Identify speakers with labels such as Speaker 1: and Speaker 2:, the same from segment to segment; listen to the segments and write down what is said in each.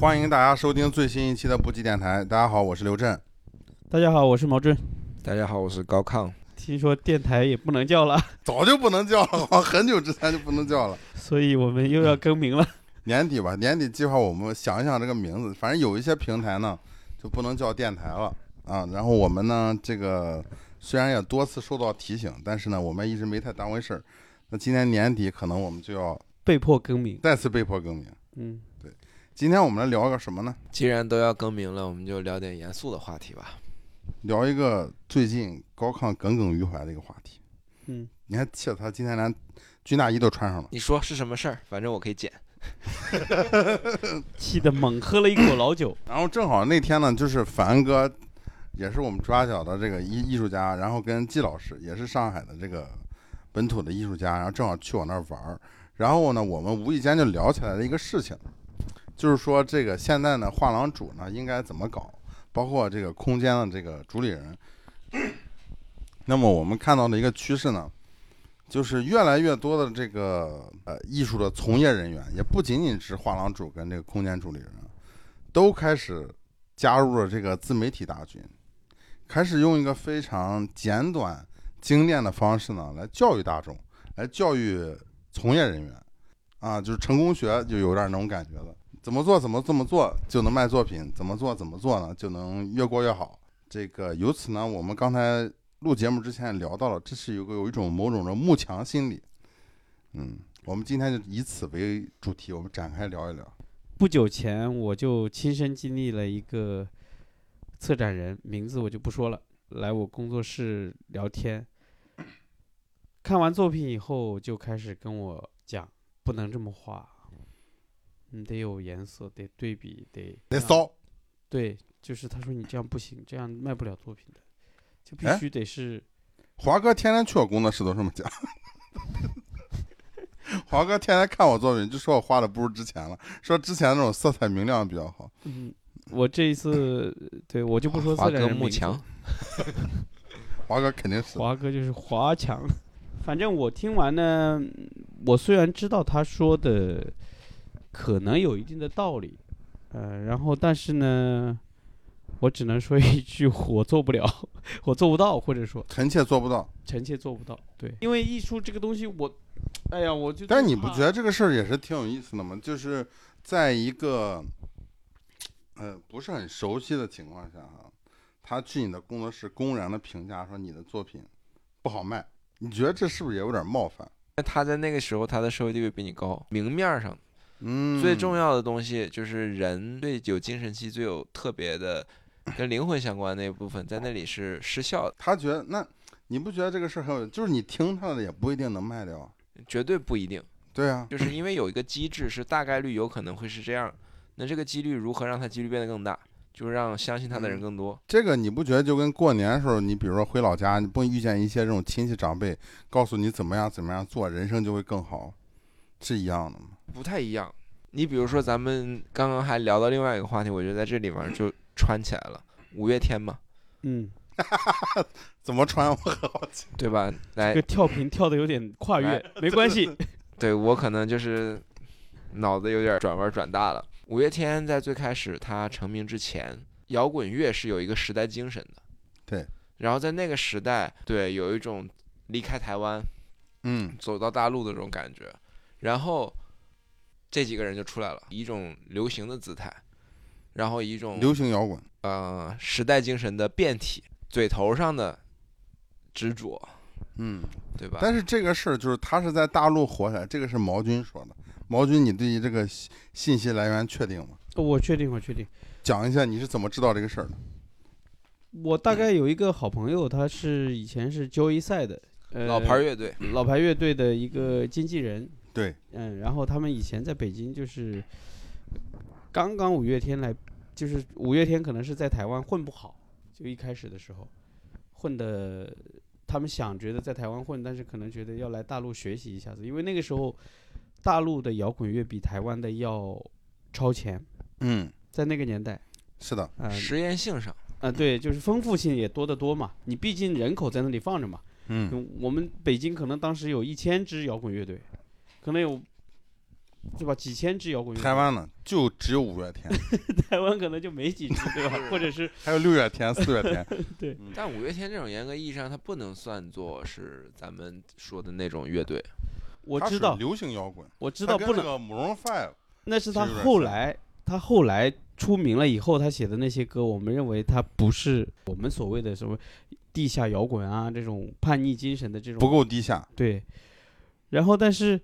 Speaker 1: 欢迎大家收听最新一期的不羁电台。大家好，我是刘震。
Speaker 2: 大家好，我是毛俊。
Speaker 3: 大家好，我是高亢。
Speaker 2: 听说电台也不能叫了，
Speaker 1: 早就不能叫了，我很久之前就不能叫了。
Speaker 2: 所以我们又要更名了。
Speaker 1: 年底吧，年底计划我们想一想这个名字，反正有一些平台呢就不能叫电台了啊。然后我们呢，这个虽然也多次受到提醒，但是呢，我们一直没太当回事儿。那今年年底可能我们就要
Speaker 2: 被迫更名。
Speaker 1: 再次被迫更名。
Speaker 2: 嗯，
Speaker 1: 今天我们来聊个什么呢？
Speaker 3: 既然都要更名了，我们就聊点严肃的话题吧。
Speaker 1: 聊一个最近高亢耿耿于怀的一个话题。
Speaker 2: 嗯，
Speaker 1: 你看，气得他今天连军大衣都穿上了。
Speaker 3: 你说是什么事儿？反正我可以剪。
Speaker 2: 气得猛喝了一口老 酒。
Speaker 1: 然后正好那天呢，就是凡哥，也是我们抓小的这个艺艺术家，然后跟季老师也是上海的这个本土的艺术家，然后正好去我那儿玩儿。然后呢，我们无意间就聊起来了一个事情，就是说这个现在呢，画廊主呢应该怎么搞，包括这个空间的这个主理人。那么我们看到的一个趋势呢，就是越来越多的这个呃艺术的从业人员，也不仅仅是画廊主跟这个空间主理人，都开始加入了这个自媒体大军，开始用一个非常简短、精炼的方式呢，来教育大众，来教育从业人员，啊，就是成功学就有点那种感觉了。怎么做，怎么这么做就能卖作品，怎么做，怎么做呢就能越过越好。这个由此呢，我们刚才录节目之前也聊到了，这是有个有一种某种的慕强心理。嗯，我们今天就以此为主题，我们展开聊一聊。
Speaker 2: 不久前我就亲身经历了一个策展人，名字我就不说了，来我工作室聊天。看完作品以后，就开始跟我讲，不能这么画，你得有颜色，得对比，得
Speaker 1: 得
Speaker 2: 让
Speaker 1: 骚。
Speaker 2: 对，就是他说你这样不行，这样卖不了作品的，就必
Speaker 1: 哎
Speaker 2: 须得是
Speaker 1: 华哥天天去我工作室都这么讲。 华哥天天看我作品，就说我画的不如之前了，说之前那种色彩明亮比较好。
Speaker 2: 嗯，我这一次对我就不说
Speaker 3: 华
Speaker 2: 策展
Speaker 3: 哥
Speaker 2: 人
Speaker 3: 慕
Speaker 2: 名字
Speaker 3: 强，
Speaker 1: 华哥肯定是
Speaker 2: 华哥就是华强。 反正我听完呢，我虽然知道他说的可能有一定的道理，呃，然后但是呢，我只能说一句，我做不了，我做不到，或者说
Speaker 1: 臣妾做不到。
Speaker 2: 臣妾做不到。对，因为艺术这个东西，我，哎呀，我就。
Speaker 1: 但你不觉得？这个事儿也是挺有意思的吗？就是在一个呃不是很熟悉的情况下哈，他去你的工作室公然的评价说你的作品不好卖，你觉得这是不是也有点冒犯？
Speaker 3: 那他在那个时候他的社会地位比你高，明面儿上
Speaker 1: 嗯，
Speaker 3: 最重要的东西就是人最有精神期、最有特别的跟灵魂相关的那部分，在那里是失效的，
Speaker 1: 他觉得那你不觉得这个事儿很有，就是你听他的也不一定能卖掉。啊
Speaker 3: 绝对不一定。
Speaker 1: 对啊，
Speaker 3: 就是因为有一个机制是大概率有可能会是这样，那这个几率如何让它几率变得更大？就是让相信他的人更多。
Speaker 1: 这个你不觉得就跟过年的时候，你比如说回老家，你不遇见一些这种亲戚长辈，告诉你怎么样怎么样做，人生就会更好，是一样的吗？
Speaker 3: 不太一样。你比如说，咱们刚刚还聊到另外一个话题，我觉得在这里面就穿起来了。五月天嘛，
Speaker 2: 嗯，
Speaker 1: 怎么穿我很好奇。
Speaker 3: 对吧？
Speaker 2: 这
Speaker 3: 来
Speaker 1: 哎
Speaker 2: 个，跳频跳的有点跨越，没关 系。
Speaker 3: 对我可能就是脑子有点转弯转大了。五月天在最开始他成名之前，摇滚乐是有一个时代精神的。
Speaker 1: 对。
Speaker 3: 然后在那个时代，对有一种离开台湾
Speaker 1: 嗯，
Speaker 3: 走到大陆的这种感觉，然后这几个人就出来了，以一种流行的姿态，然后以一种
Speaker 1: 流行摇滚，
Speaker 3: 呃时代精神的变体，嘴头上的执着，
Speaker 1: 嗯，
Speaker 3: 对吧？
Speaker 1: 但是这个事儿就是他是在大陆火起来，这个是毛军说的。毛军，你对于这个信信息来源确定吗？
Speaker 2: 我确定，我确定。
Speaker 1: 讲一下你是怎么知道这个事儿的？
Speaker 2: 我大概有一个好朋友，他是以前是 Joey 赛的，呃，
Speaker 3: 老牌乐队，
Speaker 2: 老牌乐队的一个经纪人，
Speaker 1: 对，
Speaker 2: 嗯，然后他们以前在北京就是刚刚五月天来，就是五月天可能是在台湾混不好，就一开始的时候混的，他们想觉得在台湾混，但是可能觉得要来大陆学习一下子，因为那个时候大陆的摇滚乐比台湾的要超前，
Speaker 1: 嗯，
Speaker 2: 在那个年代，
Speaker 1: 是的，
Speaker 2: 嗯、
Speaker 3: 实验性上，
Speaker 2: 啊，对，就是丰富性也多得多嘛。你毕竟人口在那里放着嘛。
Speaker 1: 嗯，
Speaker 2: 我们北京可能当时有一千支摇滚乐队，可能有对吧？几千支摇滚乐队，
Speaker 1: 台湾呢就只有五月天，
Speaker 2: 台湾可能就没几支，对吧？或者 是
Speaker 1: 还有六月天、四月天，
Speaker 3: 但五月天这种严格意义上，它不能算作是咱们说的那种乐队。
Speaker 2: 我
Speaker 1: 它
Speaker 2: 知
Speaker 1: 是
Speaker 2: 道，
Speaker 1: 流行摇滚，
Speaker 2: 我知道
Speaker 1: 它
Speaker 2: 不
Speaker 1: 跟那
Speaker 2: 能，
Speaker 1: 个 Maroon Five
Speaker 2: 那是他
Speaker 1: 其实有点
Speaker 2: 后
Speaker 1: 像
Speaker 2: 来他后来出名了以后，他写的那些歌，我们认为他不是我们所谓的什么地下摇滚啊这种叛逆精神的这种
Speaker 1: 不够低下，
Speaker 2: 对，然后但是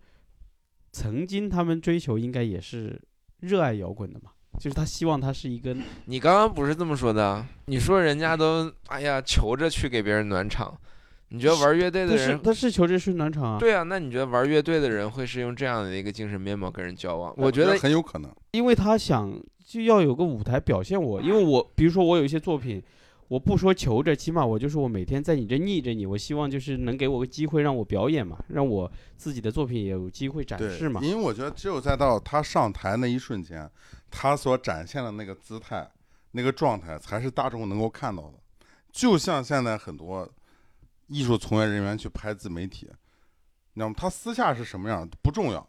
Speaker 2: 曾经他们追求应该也是热爱摇滚的嘛，就是他希望他是一个
Speaker 3: 你刚刚不是这么说的啊，你说人家都哎呀求着去给别人暖场，你觉得玩乐队
Speaker 2: 他
Speaker 3: 的
Speaker 2: 是
Speaker 3: 人？
Speaker 2: 他是求知是暖场啊，
Speaker 3: 对啊，那你觉得玩乐队的人会是用这样的一个精神面貌跟人交往？
Speaker 1: 我
Speaker 3: 我觉得
Speaker 1: 很有可能。
Speaker 2: 因为他想就要有个舞台表现我，因为我比如说我有一些作品，我不说求着，起码我就是我每天在你这逆着你，我希望就是能给我个机会让我表演嘛，让我自己的作品也有机会展
Speaker 1: 对，
Speaker 2: 示嘛。
Speaker 1: 因为我觉得只有在到他上台那一瞬间，他所展现的那个姿态、那个状态，才是大众能够看到的。就像现在很多艺术从业人员去拍自媒体，你知道吗？他私下是什么样不重要，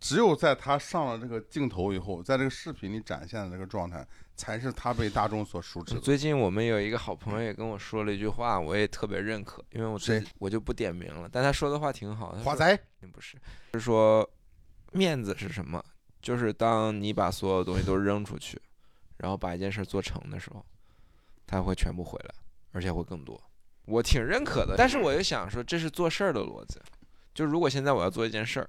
Speaker 1: 只有在他上了这个镜头以后，在这个视频里展现的这个状态，才是他被大众所熟知的。
Speaker 3: 嗯最近我们有一个好朋友也跟我说了一句话，我也特别认可，因为我自
Speaker 1: 谁
Speaker 3: 己我就不点名了，但他说的话挺好。他
Speaker 1: 华
Speaker 3: 说
Speaker 1: 仔，
Speaker 3: 不是，是说面子是什么？就是当你把所有东西都扔出去，然后把一件事做成的时候，它会全部回来，而且会更多。我挺认可的，但是我又想说，这是做事儿的逻辑。就如果现在我要做一件事儿，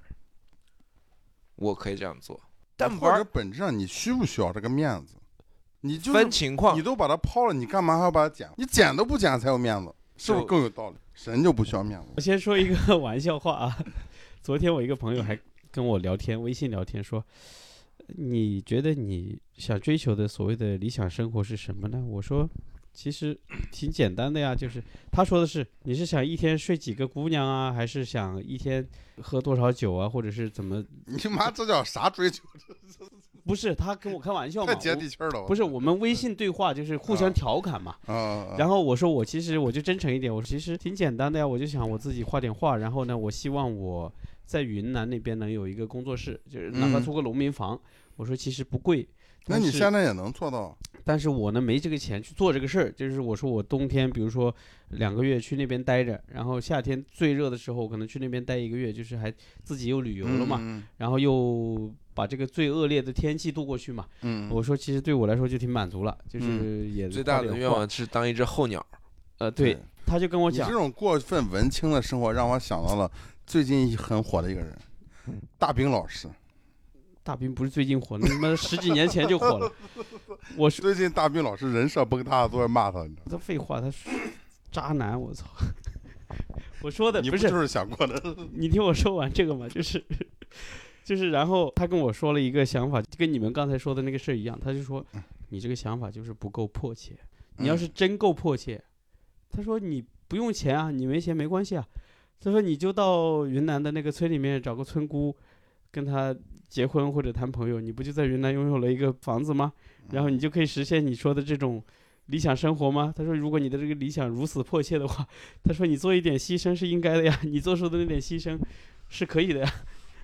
Speaker 3: 我可以这样做，但
Speaker 1: 或
Speaker 3: 玩
Speaker 1: 者
Speaker 3: 儿
Speaker 1: 本质上你需不需要这个面子？你就是
Speaker 3: 分情况
Speaker 1: 你，都把它抛了，你干嘛还要把它捡？你捡都不捡才有面子，是不是
Speaker 3: 就
Speaker 1: 更有道理？神就不需要面
Speaker 2: 我
Speaker 1: 子，
Speaker 2: 先说一个 玩笑话啊，昨天我一个朋友还跟我聊天，微信聊天说，你觉得你想追求的所谓的理想生活是什么呢？我说。其实挺简单的呀，就是他说的是你是想一天睡几个姑娘啊，还是想一天喝多少酒啊，或者是怎么？
Speaker 1: 你妈这叫啥追求？
Speaker 2: 不是他跟我开玩笑嘛
Speaker 1: 太，接地气儿了。
Speaker 2: 我不是我们微信对话就是互相调侃嘛。
Speaker 1: 啊啊，
Speaker 2: 然
Speaker 1: 后
Speaker 2: 后我说我其实我就真诚一点，我其实挺简单的呀，我就想我自己画点画，然后呢，我希望我在云南那边能有一个工作室，就是哪怕
Speaker 1: 嗯
Speaker 2: 租个农民房。我说其实不贵，
Speaker 1: 那你
Speaker 2: 但是
Speaker 1: 现在也能做到？
Speaker 2: 但是我呢没这个钱去做这个事儿，就是我说我冬天，比如说两个月去那边待着，然后夏天最热的时候我可能去那边待一个月，就是还自己又旅游了嘛，
Speaker 1: 嗯
Speaker 2: 然后又把这个最恶劣的天气度过去嘛。
Speaker 1: 嗯，
Speaker 2: 我说其实对我来说就挺满足了，就是也
Speaker 3: 最
Speaker 2: 画
Speaker 3: 大的
Speaker 2: 点
Speaker 3: 愿
Speaker 2: 画，
Speaker 3: 望是当一只候鸟。
Speaker 2: 呃，对，他就跟我
Speaker 1: 你
Speaker 2: 讲
Speaker 1: 这，种过分文青的生活，让我想到了最近很火的一个人，大兵老师。
Speaker 2: 大兵不是最近火，那他妈十几年前就火了。我说
Speaker 1: 最近大兵老师人设崩塌，都在骂他，你知道吗？
Speaker 2: 他废话，他是渣男，我操！ 我说的
Speaker 1: 你
Speaker 2: 不是
Speaker 1: 就是想过的？
Speaker 2: 你听我说完这个嘛，就是就是，然后他跟我说了一个想法，就跟你们刚才说的那个事儿一样，他就说你这个想法就是不够迫切，你要是真够迫切，他说你不用钱啊，你没钱没关系啊，他说你就到云南的那个村里面找个村姑，跟他结婚或者谈朋友，你不就在云南拥有了一个房子吗？然后你就可以实现你说的这种。理想生活吗？他说，如果你的这个理想如此迫切的话，他说你做一点牺牲是应该的呀，你做出的那点牺牲是可以的呀。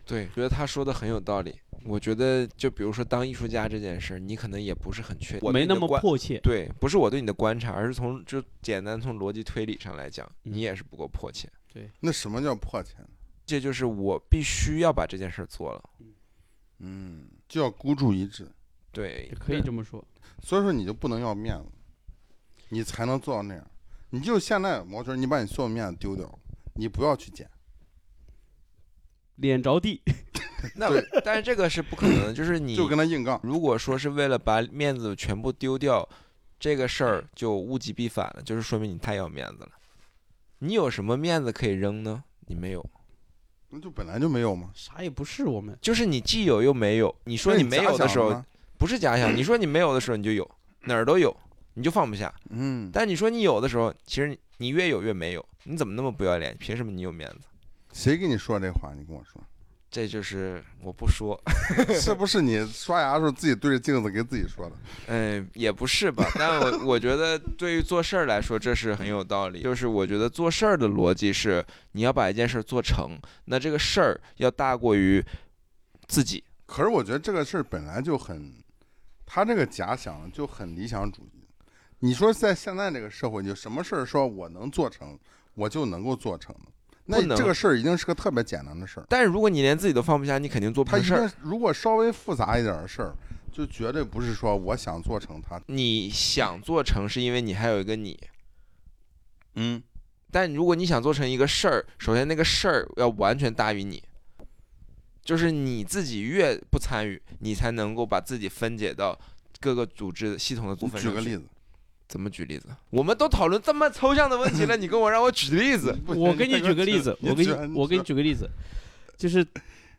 Speaker 3: 对，觉得他说的很有道理。我觉得，就比如说当艺术家这件事儿，你可能也不是很确定，
Speaker 2: 没
Speaker 3: 你
Speaker 2: 那
Speaker 3: 的
Speaker 2: 么
Speaker 3: 观
Speaker 2: 迫切。
Speaker 3: 对，不是我对你的观察，而是从就简单从逻辑推理上来讲，
Speaker 2: 嗯
Speaker 3: 你也是不够迫切。
Speaker 1: 那什么叫破钱？
Speaker 3: 这就是我必须要把这件事儿做了。
Speaker 1: 嗯，就要孤注一掷。
Speaker 3: 对，
Speaker 2: 可以这么说，
Speaker 1: 所以说你就不能要面子，你才能做到那样。你就现在毛球，你把你所有面子丢掉，你不要去捡。
Speaker 2: 脸着 地，
Speaker 3: 那但是这个是不可能的，就是你
Speaker 1: 就跟他硬杠。
Speaker 3: 如果说是为了把面子全部丢掉，这个事儿就物极必反了，就是说明你太要面子了。你有什么面子可以扔呢？你没有，
Speaker 1: 那就本来就没有嘛。
Speaker 2: 啥也不是。我们
Speaker 3: 就是你既有又没有。你说
Speaker 1: 那
Speaker 3: 你
Speaker 1: 你
Speaker 3: 没
Speaker 1: 假
Speaker 3: 有的
Speaker 1: 想
Speaker 3: 时候，
Speaker 1: 呢，
Speaker 3: 不是假 想，你说你没有的时候你就有，哪儿都有，你就放不下。
Speaker 1: 嗯，
Speaker 3: 但你说你有的时候，其实你你越有越没有，你怎么那么不要脸？凭什么你有面子？
Speaker 1: 谁跟你说这话？你跟我说，
Speaker 3: 这就是我不 说，
Speaker 1: 是不是你刷牙的时候自己对着镜子给自己说的？
Speaker 3: 嗯，也不是 吧。但我我觉得对于做事儿来说，这是很有道理。就是我觉得做事儿的逻辑是，你要把一件事儿做成，那这个事儿要大过于自己。
Speaker 1: 可是我觉得这个事儿本来就很，他这个假想就很理想主义。你说在现在这个社会，你什么事儿说我能做成，我就能够做成呢那
Speaker 3: 不能
Speaker 1: 这个事儿一定是个特别简单的事儿。
Speaker 3: 但是如果你连自己都放不下，你肯定做不
Speaker 1: 他
Speaker 3: 成
Speaker 1: 一
Speaker 3: 事儿。
Speaker 1: 定如果稍微复杂一点的事儿，就绝对不是说我想做成它。
Speaker 3: 你想做成，是因为你还有一个你。
Speaker 1: 嗯，
Speaker 3: 但如果你想做成一个事儿，首先那个事儿要完全大于你，就是你自己越不参与，你才能够把自己分解到各个组织系统的部分。
Speaker 1: 举个例
Speaker 3: 子，
Speaker 1: 子，
Speaker 3: 怎么举例子？我们都讨论这么抽象的问题了，你跟我让我举例子，
Speaker 1: 不
Speaker 2: 我给你举个例子，
Speaker 1: 你
Speaker 2: 我给
Speaker 1: 举你
Speaker 2: 你我给你
Speaker 1: 举
Speaker 2: 举个例子，就是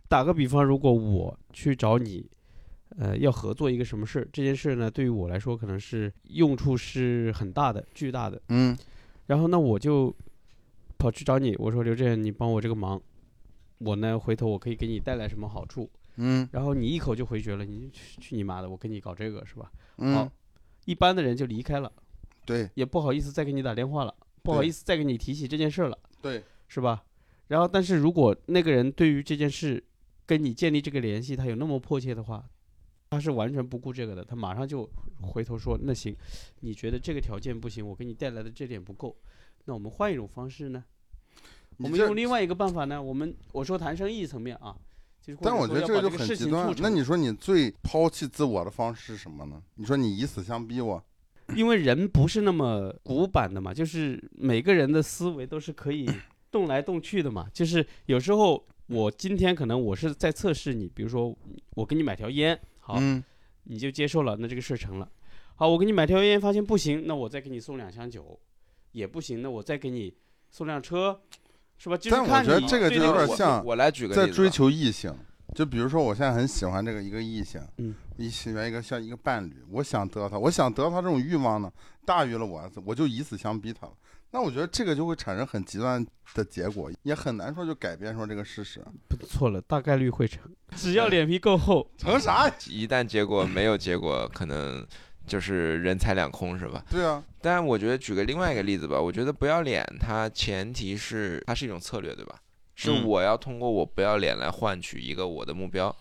Speaker 2: 打个比方，如果我去找你，呃，要合作一个什么事儿，这件事儿呢，对于我来说可能是用处是很大的、巨大的。
Speaker 1: 嗯
Speaker 2: 然后呢，我就跑去找你，我说刘震，你帮我这个忙，我呢回头我可以给你带来什么好处？
Speaker 1: 嗯
Speaker 2: 然后你一口就回绝了，你去去你妈的，我跟你搞这个是吧？
Speaker 1: 嗯
Speaker 2: 好，一般的人就离开了，
Speaker 1: 对
Speaker 2: 也不好意思再给你打电话了，不好
Speaker 1: 对
Speaker 2: 意思再给你提起这件事儿了。
Speaker 1: 对，
Speaker 2: 是吧？然后，但是如果那个人对于这件事跟你建立这个联系，他有那么迫切的话，他是完全不顾这个的，他马上就回头说：“那行，你觉得这个条件不行，我给你带来的这点不够，那我们换一种方式呢？我
Speaker 1: 你
Speaker 2: 们
Speaker 1: 这
Speaker 2: 用另外一个办法呢？我们我说谈生意层面啊，就是或
Speaker 1: 但
Speaker 2: 者
Speaker 1: 我觉
Speaker 2: 说
Speaker 1: 得
Speaker 2: 要
Speaker 1: 这个就
Speaker 2: 把个
Speaker 1: 很
Speaker 2: 事
Speaker 1: 极
Speaker 2: 情
Speaker 1: 端
Speaker 2: 促
Speaker 1: 了。那
Speaker 2: 成，
Speaker 1: 你说你最抛弃自我的方式是什么呢？你说你以死相逼我，
Speaker 2: 因为人不是那么古板的嘛，就是每个人的思维都是可以动来动去的嘛。 就是有时候我今天可能我是在测试你，比如说我给你买条烟，好，
Speaker 1: 嗯
Speaker 2: 你就接受了，那这个事儿成了。好，我给你买条烟，发现不行，那我再给你送两箱酒，也不行，那我再给你送辆车，是吧？就是
Speaker 1: 但我
Speaker 2: 看
Speaker 1: 觉得
Speaker 2: 你
Speaker 1: 这个
Speaker 2: 对
Speaker 1: 就有
Speaker 2: 那
Speaker 1: 点
Speaker 2: 个
Speaker 3: 我
Speaker 1: 像
Speaker 3: 我来举个例
Speaker 1: 在
Speaker 3: 子吧，
Speaker 1: 追求异性，就比如说我现在很喜欢这个一个异性，
Speaker 2: 嗯，
Speaker 1: 你喜欢一个像一个伴侣，我想得到他，我想得到他这种欲望呢，大于了我，我就以死相逼他了。那我觉得这个就会产生很极端的结果，也很难说就改变说这个事实。
Speaker 2: 不错了，大概率会成，只要脸皮够厚。
Speaker 1: 成啥？
Speaker 3: 一旦结果没有结果，可能就是人财两空，是吧？
Speaker 1: 对啊，
Speaker 3: 但我觉得举个另外一个例子吧，我觉得不要脸，它前提是它是一种策略，对吧？是
Speaker 1: 嗯
Speaker 3: 我要通过我不要脸来换取一个我的目标。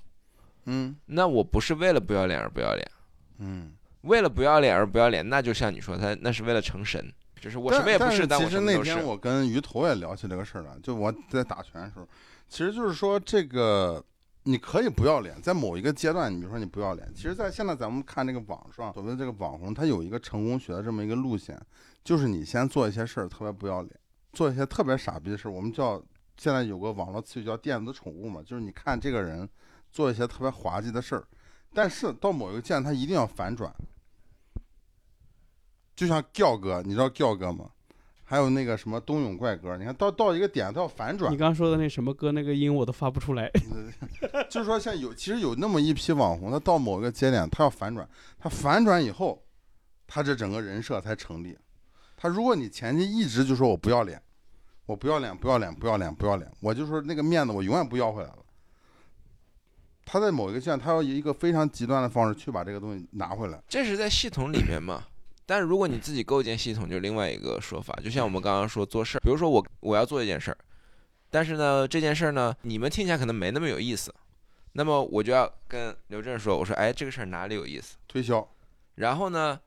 Speaker 1: 嗯
Speaker 3: 那我不是为了不要脸而不要脸，
Speaker 1: 嗯。
Speaker 3: 为了不要脸而不要脸，那就像你说，他那是为了成神，就是我什么也不
Speaker 1: 但
Speaker 3: 是，但
Speaker 1: 其
Speaker 3: 我
Speaker 1: 实
Speaker 3: 什么
Speaker 1: 那
Speaker 3: 都是
Speaker 1: 天。我跟鱼头也聊起这个事儿了，就我在打拳的时候，其实就是说这个你可以不要脸，在某一个阶段，你比如说你不要脸，其实，在现在咱们看这个网上所谓的这个网红，他有一个成功学的这么一个路线，就是你先做一些事儿特别不要脸，做一些特别傻逼的事儿，我们叫现在有个网络词语叫电子宠物嘛，就是你看这个人做一些特别滑稽的事儿，但是到某一个阶段，他一定要反转。就像吊哥，你知道吊哥吗？还有那个什么冬泳怪哥，你看到到一个点，他要反转
Speaker 2: 你，刚刚说的那什么歌，那个音我都发不出来。
Speaker 1: 就是说，像有其实有那么一批网红，他到某个节点，他要反转，他反转以后，他这整个人设才成立。他如果你前期一直就说我不要脸，我不要脸，不要脸，不要脸，不要脸，我就说那个面子我永远不要回来了。他在某一个阶段，他要以一个非常极端的方式去把这个东西拿回来。
Speaker 3: 这是在系统里面嘛。但如果你自己构建系统，就另外一个说法。就像我们刚刚说做事儿，比如说我我要做一件事儿，但是呢，这件事儿呢，你们听起来可能没那么有意思，那么我就要跟刘震说，我说，哎，这个事儿哪里有意思？
Speaker 1: 推销，
Speaker 3: 然后呢，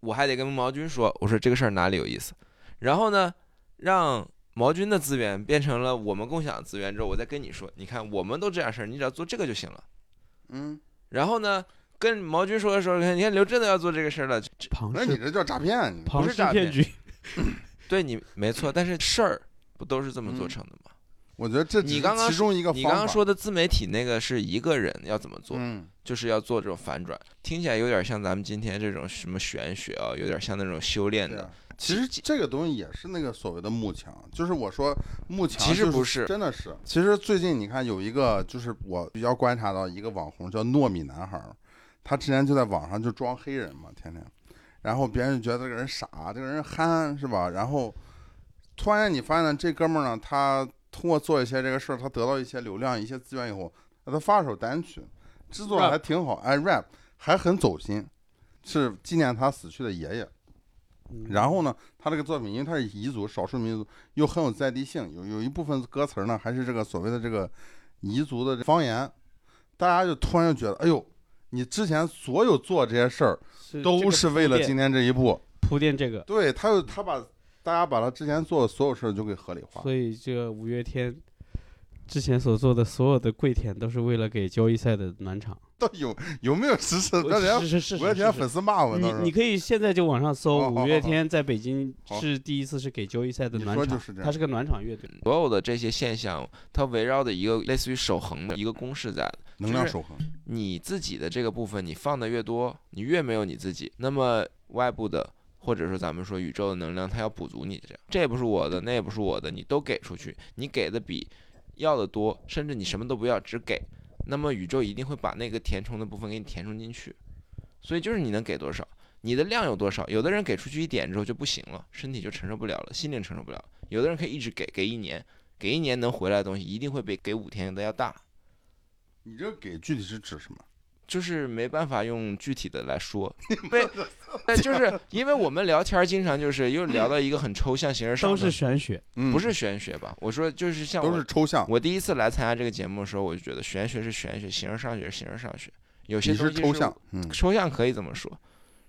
Speaker 3: 我还得跟毛军说，我说这个事儿哪里有意思。然后呢，让毛军的资源变成了我们共享的资源之后，我再跟你说，你看我们都这样事儿，你只要做这个就行了。
Speaker 1: 嗯，
Speaker 3: 然后呢，跟毛军说的时候，你看刘震都要做这个事儿了，
Speaker 2: 庞
Speaker 1: 那你
Speaker 2: 氏
Speaker 1: 这叫诈骗啊，你
Speaker 2: 庞
Speaker 3: 是
Speaker 2: 氏
Speaker 3: 诈
Speaker 2: 骗
Speaker 3: 骗
Speaker 2: 局，
Speaker 3: 对你没错，但是事儿不都是这么做
Speaker 1: 嗯
Speaker 3: 成的吗？
Speaker 1: 我觉得这只
Speaker 3: 你
Speaker 1: 是
Speaker 3: 刚刚
Speaker 1: 其中一个方法。
Speaker 3: 你刚刚说的自媒体那个是一个人要怎么做，
Speaker 1: 嗯，
Speaker 3: 就是要做这种反转，听起来有点像咱们今天这种什么玄学啊，有点像那种修炼
Speaker 1: 对
Speaker 3: 的
Speaker 1: 啊。其实这个东西也是那个所谓的幕墙，就是我说幕墙，
Speaker 3: 其实不
Speaker 1: 是，
Speaker 3: 是
Speaker 1: 真的是。其实最近你看有一个，就是我比较观察到一个网红叫糯米男孩儿，他之前就在网上就装黑人嘛，天天，然后别人就觉得这个人傻，这个人憨是吧？然后突然间你发现这哥们儿呢，他通过做一些这个事儿，他得到一些流量、一些资源以后，他发首单曲，制作得
Speaker 2: Rap
Speaker 1: 还挺好，哎，rap 还很走心，是纪念他死去的爷爷。
Speaker 2: 嗯
Speaker 1: 然后呢，他这个作品因为他是彝族少数民族，又很有在地性，有有一部分歌词儿呢还是这个所谓的这个彝族的方言，大家就突然就觉得，哎呦，你之前所有做这些事儿
Speaker 2: 是这
Speaker 1: 都
Speaker 2: 个
Speaker 1: 是为
Speaker 2: 铺
Speaker 1: 了
Speaker 2: 垫
Speaker 1: 今天这一步。
Speaker 2: 铺垫这个，
Speaker 1: 对，他就他把大家把他之前做的所有事儿就给合理化。
Speaker 2: 所以这个五月天之前所做的所有的跪舔都是为了给交易赛的暖场。
Speaker 1: 到底 有有没有实施？
Speaker 2: 我
Speaker 1: 让人家
Speaker 2: 是是是
Speaker 1: 五月
Speaker 2: 是
Speaker 1: 天
Speaker 2: 是
Speaker 1: 粉丝骂我们
Speaker 2: 你
Speaker 1: 到时候哦
Speaker 2: 你可以现在就网上
Speaker 1: 好
Speaker 2: 搜
Speaker 1: 好
Speaker 2: 五月
Speaker 1: 好
Speaker 2: 天在北京
Speaker 1: 好
Speaker 2: 是第一次是给周一赛的
Speaker 1: 你
Speaker 2: 暖
Speaker 1: 说
Speaker 2: 场，
Speaker 1: 就是这
Speaker 2: 它
Speaker 1: 样嗯
Speaker 2: 是个暖场乐队。
Speaker 3: 所有的这些现象，它围绕的一个类似于守恒的一个公式在的。
Speaker 1: 能量守恒。
Speaker 3: 你自己的这个部分，你放的越多，你越没有你自己，那么外部的或者说咱们说宇宙的能量，它要补足你这样，这也不是我的，那也不是我的，你都给出去，你给的比要的多，甚至你什么都不要，只给，那么宇宙一定会把那个填充的部分给你填充进去。所以就是你能给多少，你的量有多少。有的人给出去一点之后就不行了，身体就承受不了了，心灵承受不了了。有的人可以一直给，给一年，给一年能回来的东西一定会比给五天的要大。
Speaker 1: 你这给具体是指什么？
Speaker 3: 就是没办法用具体的来说， 对，但就是因为我们聊天儿经常就是又聊到一个很抽象、形而上
Speaker 2: 都
Speaker 3: 的，
Speaker 2: 是玄学，
Speaker 1: 嗯，
Speaker 3: 不是玄学吧？我说就是像
Speaker 1: 都是
Speaker 3: 我，
Speaker 1: 抽象。
Speaker 3: 我第一次来参加这个节目的时候，我就觉得玄学是玄学，形而上学是形而上学，有些
Speaker 1: 你
Speaker 3: 东
Speaker 1: 是
Speaker 3: 西
Speaker 1: 抽象，嗯，
Speaker 3: 抽象可以这么说，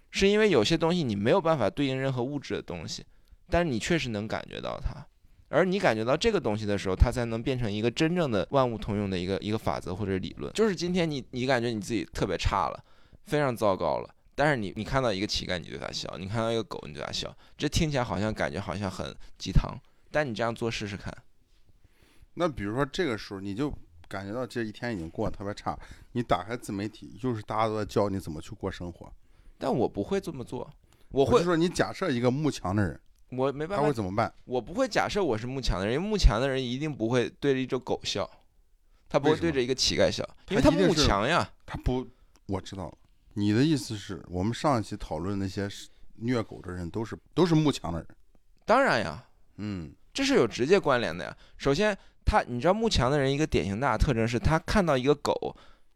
Speaker 3: 是因为有些东西你没有办法对应任何物质的东西，但是你确实能感觉到它，而你感觉到这个东西的时候，它才能变成一个真正的万物通用的一个一个法则或者理论。就是今天你你感觉你自己特别差了，非常糟糕了，但是你你看到一个乞丐，你对他笑；你看到一个狗，你对他笑。这听起来好像感觉好像很鸡汤，但你这样做试试看。
Speaker 1: 那比如说这个时候，你就感觉到这一天已经过得特别差，你打开自媒体，就是大家都在教你怎么去过生活。
Speaker 3: 但我不会这么做，我
Speaker 1: 我
Speaker 3: 会
Speaker 1: 就说你假设一个慕强的人，
Speaker 3: 我没办
Speaker 1: 他
Speaker 3: 法
Speaker 1: 会怎么办？
Speaker 3: 我不会假设我是慕强的人，因为慕强的人一定不会对着一只狗笑，他不
Speaker 1: 为
Speaker 3: 会
Speaker 1: 什
Speaker 3: 对
Speaker 1: 么
Speaker 3: 着一个乞丐笑，因为
Speaker 1: 他
Speaker 3: 他
Speaker 1: 一定
Speaker 3: 慕
Speaker 1: 是
Speaker 3: 强呀。
Speaker 1: 他不，我知道了。你的意思是我们上一期讨论那些是虐狗的人都是都是慕强的人，
Speaker 3: 当然呀，
Speaker 1: 嗯，
Speaker 3: 这是有直接关联的呀。首先，他你知道慕强的人一个典型大的特征是他看到一个狗，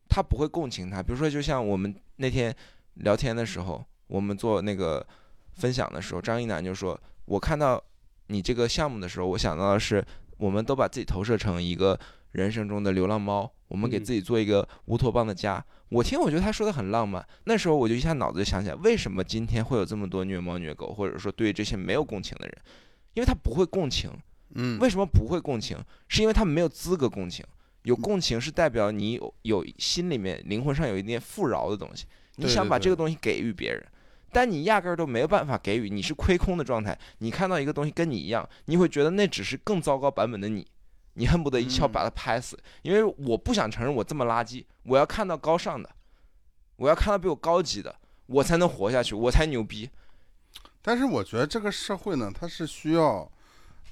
Speaker 3: 他不会共情他。比如说，就像我们那天聊天的时候，我们做那个分享的时候，张一楠就说：“我看到你这个项目的时候，我想到的是，我们都把自己投射成一个人生中的流浪猫，我们给
Speaker 2: 嗯
Speaker 3: 自己做一个乌托邦的家。我听，我觉得他说的很浪漫。那时候我就一下脑子就想起来，为什么今天会有这么多虐猫虐狗，或者说对这些没有共情的人？因为他不会共情。
Speaker 1: 嗯
Speaker 3: 为什么不会共情？是因为他没有资格共情。有
Speaker 1: 嗯
Speaker 3: 共情是代表你有有心里面灵魂上有一点富饶的东西，你
Speaker 1: 对
Speaker 3: 想
Speaker 1: 对
Speaker 3: 把
Speaker 1: 对
Speaker 3: 这个东西给予别人，但你压根儿都没有办法给予，你是亏空的状态。你看到一个东西跟你一样，你会觉得那只是更糟糕版本的你，你恨不得一枪
Speaker 1: 嗯
Speaker 3: 把它拍死，因为我不想承认我这么垃圾，我要看到高尚的，我要看到比我高级的，我才能活下去，我才牛逼。
Speaker 1: 但是我觉得这个社会呢，它是需要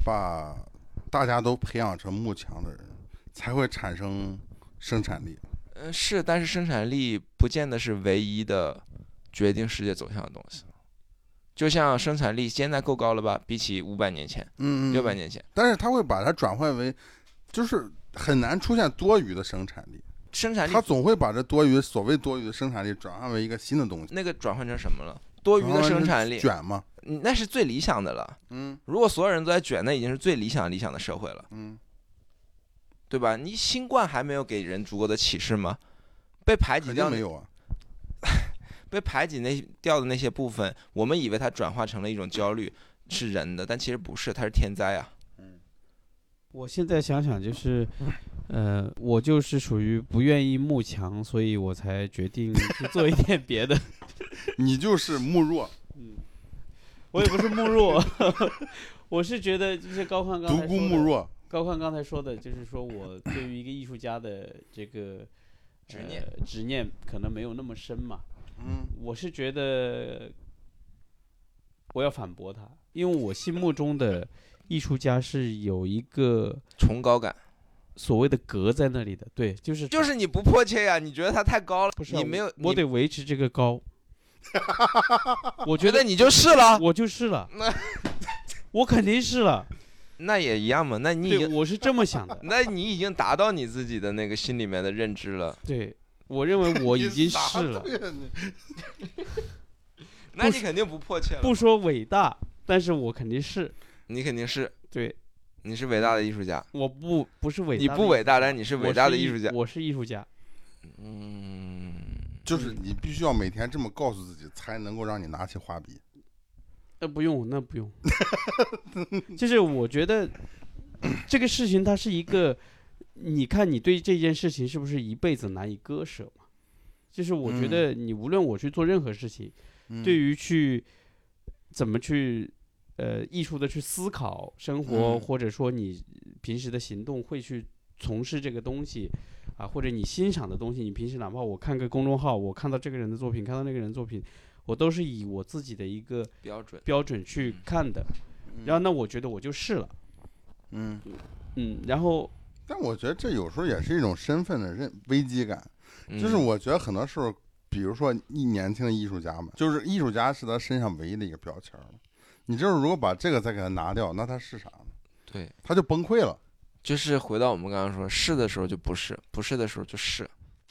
Speaker 1: 把大家都培养成慕强的人，才会产生生产力。
Speaker 3: 嗯，是，但是生产力不见得是唯一的决定世界走向的东西。就像生产力现在够高了吧，比起五百年前、
Speaker 1: 嗯
Speaker 3: 六百年前，
Speaker 1: 但是他会把它转换为，就是很难出现多余的生产力，
Speaker 3: 生产力
Speaker 1: 他总会把这多余所谓多余的生产力转换为一个新的东西。
Speaker 3: 那个转换成什么了？多余
Speaker 1: 然
Speaker 3: 的
Speaker 1: 后
Speaker 3: 生
Speaker 1: 是
Speaker 3: 产力，
Speaker 1: 卷嘛，
Speaker 3: 嗯那是最理想的了。
Speaker 1: 嗯
Speaker 3: 如果所有人都在卷，那已经是最理想理想的社会了。
Speaker 1: 嗯，
Speaker 3: 对吧？你新冠还没有给人足够的启示吗？被排挤
Speaker 1: 肯
Speaker 3: 掉
Speaker 1: 定
Speaker 3: 那
Speaker 1: 没有啊。
Speaker 3: 被排挤那掉的那些部分，我们以为它转化成了一种焦虑，是人的，但其实不是，它是天灾啊。
Speaker 2: 我现在想想就是，呃，我就是属于不愿意慕强，所以我才决定去做一点别的。
Speaker 1: 你就是慕弱，
Speaker 2: 嗯我也不是慕弱， 我是觉得就是高宽 刚
Speaker 1: 独
Speaker 2: 才
Speaker 1: 孤
Speaker 2: 说
Speaker 1: 慕
Speaker 2: 的
Speaker 1: 弱。
Speaker 2: 高宽刚才说的，就是说我对于一个艺术家的这个
Speaker 3: 执念
Speaker 2: 呃执念可能没有那么深嘛。
Speaker 1: 嗯，
Speaker 2: 我是觉得我要反驳他，因为我心目中的艺术家是有一个
Speaker 3: 崇高感
Speaker 2: 所谓的格在那里的，对，就是
Speaker 3: 就是你不迫切呀、你觉得它太高了，
Speaker 2: 不是啊
Speaker 3: 你没有，
Speaker 2: 我
Speaker 3: 你
Speaker 2: 得维持这个高。我
Speaker 3: 觉
Speaker 2: 觉
Speaker 3: 得
Speaker 2: 得
Speaker 3: 你就是了，
Speaker 2: 我就是 了
Speaker 3: 那，
Speaker 2: 我肯定是了，
Speaker 3: 那也一样嘛。那你已
Speaker 2: 对，
Speaker 3: 经，
Speaker 2: 我是这么想的，
Speaker 3: 那你已经达到你自己的那个心里面的认知了，
Speaker 2: 对我认 为我已经是了。
Speaker 3: 那你肯定不迫切了，
Speaker 2: 不说伟大，但是我肯定是
Speaker 3: 你肯定是，
Speaker 2: 对，
Speaker 3: 你是伟大的艺术家，
Speaker 2: 我不不是伟大的
Speaker 3: 你
Speaker 2: 艺术家，
Speaker 3: 不伟大，但是你是
Speaker 2: 我
Speaker 3: 伟大的艺
Speaker 2: 艺
Speaker 3: 术家。
Speaker 2: 我是艺术家，
Speaker 3: 嗯，
Speaker 1: 就是你必须要每天这么告诉自己，才能够让你拿起画笔。
Speaker 2: 那不用，那 不用。就是我觉得这个事情，它是一个，你看你对这件事情是不是一辈子难以割舍嘛？就是我觉
Speaker 1: 嗯
Speaker 2: 得你无论我去做任何事情，
Speaker 1: 嗯
Speaker 2: 对于去怎么去呃艺术的去思考生活，
Speaker 1: 嗯
Speaker 2: 或者说你平时的行动会去从事这个东西啊，或者你欣赏的东西，你平时哪怕我看个公众号，我看到这个人的作品，看到那个人的作品，我都是以我自己的一个
Speaker 3: 标准。
Speaker 2: 标准去
Speaker 3: 嗯
Speaker 2: 看的。然后那我觉得我就试了，
Speaker 1: 嗯，
Speaker 2: 嗯，然后
Speaker 1: 但我觉得这有时候也是一种身份的认危机感。就是
Speaker 3: 嗯
Speaker 1: 我觉得很多时候，比如说一年轻的艺术家们，就是艺术家是他身上唯一的一个标签儿嘛。你就是如果把这个再给他拿掉，那他是啥呢？
Speaker 3: 对，
Speaker 1: 他就崩溃了。
Speaker 3: 就是回到我们刚刚说，是的时候就不是，不是的时候就是。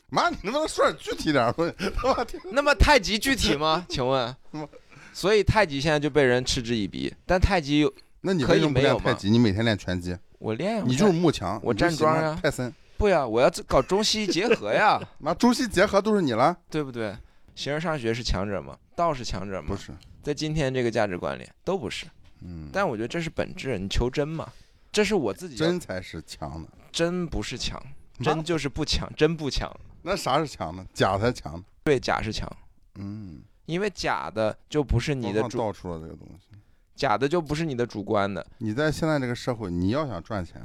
Speaker 1: 妈，你能不能说点具体点儿吗？他妈听
Speaker 3: 那么太极具体吗？ 请问
Speaker 1: 我？
Speaker 3: 所以太极现在就被人嗤之以鼻，但太极有
Speaker 1: 那你
Speaker 3: 可
Speaker 1: 为
Speaker 3: 以
Speaker 1: 什么不
Speaker 3: 没
Speaker 1: 练
Speaker 3: 有
Speaker 1: 太
Speaker 3: 吗
Speaker 1: 极？你每天练拳击，
Speaker 3: 我练呀，
Speaker 1: 你
Speaker 3: 我
Speaker 1: 就是
Speaker 3: 站
Speaker 1: 慕强，
Speaker 3: 我
Speaker 1: 你就
Speaker 3: 站
Speaker 1: 喜欢
Speaker 3: 桩啊呀
Speaker 1: 泰森，
Speaker 3: 不呀，我要搞中西结合呀，
Speaker 1: 妈，中西结合都是你了，
Speaker 3: 对不对？形而上学是强者吗？道是强者
Speaker 1: 不
Speaker 3: 吗？
Speaker 1: 是？
Speaker 3: 在今天这个价值观里都不是，
Speaker 1: 嗯，
Speaker 3: 但我觉得这是本质，你求真嘛，这是我自己要
Speaker 1: 真嗯才是强的。
Speaker 3: 真不是强，
Speaker 1: 妈
Speaker 3: 真就是不强，真不强，
Speaker 1: 那啥是强的？假才强的。
Speaker 3: 对假是强，
Speaker 1: 嗯，
Speaker 3: 因为假的就不是你
Speaker 1: 我
Speaker 3: 的
Speaker 1: 忘
Speaker 3: 主
Speaker 1: 道出了这个东西。
Speaker 3: 假的就不是你的主观的，
Speaker 1: 你在现在这个社会，你要想赚钱，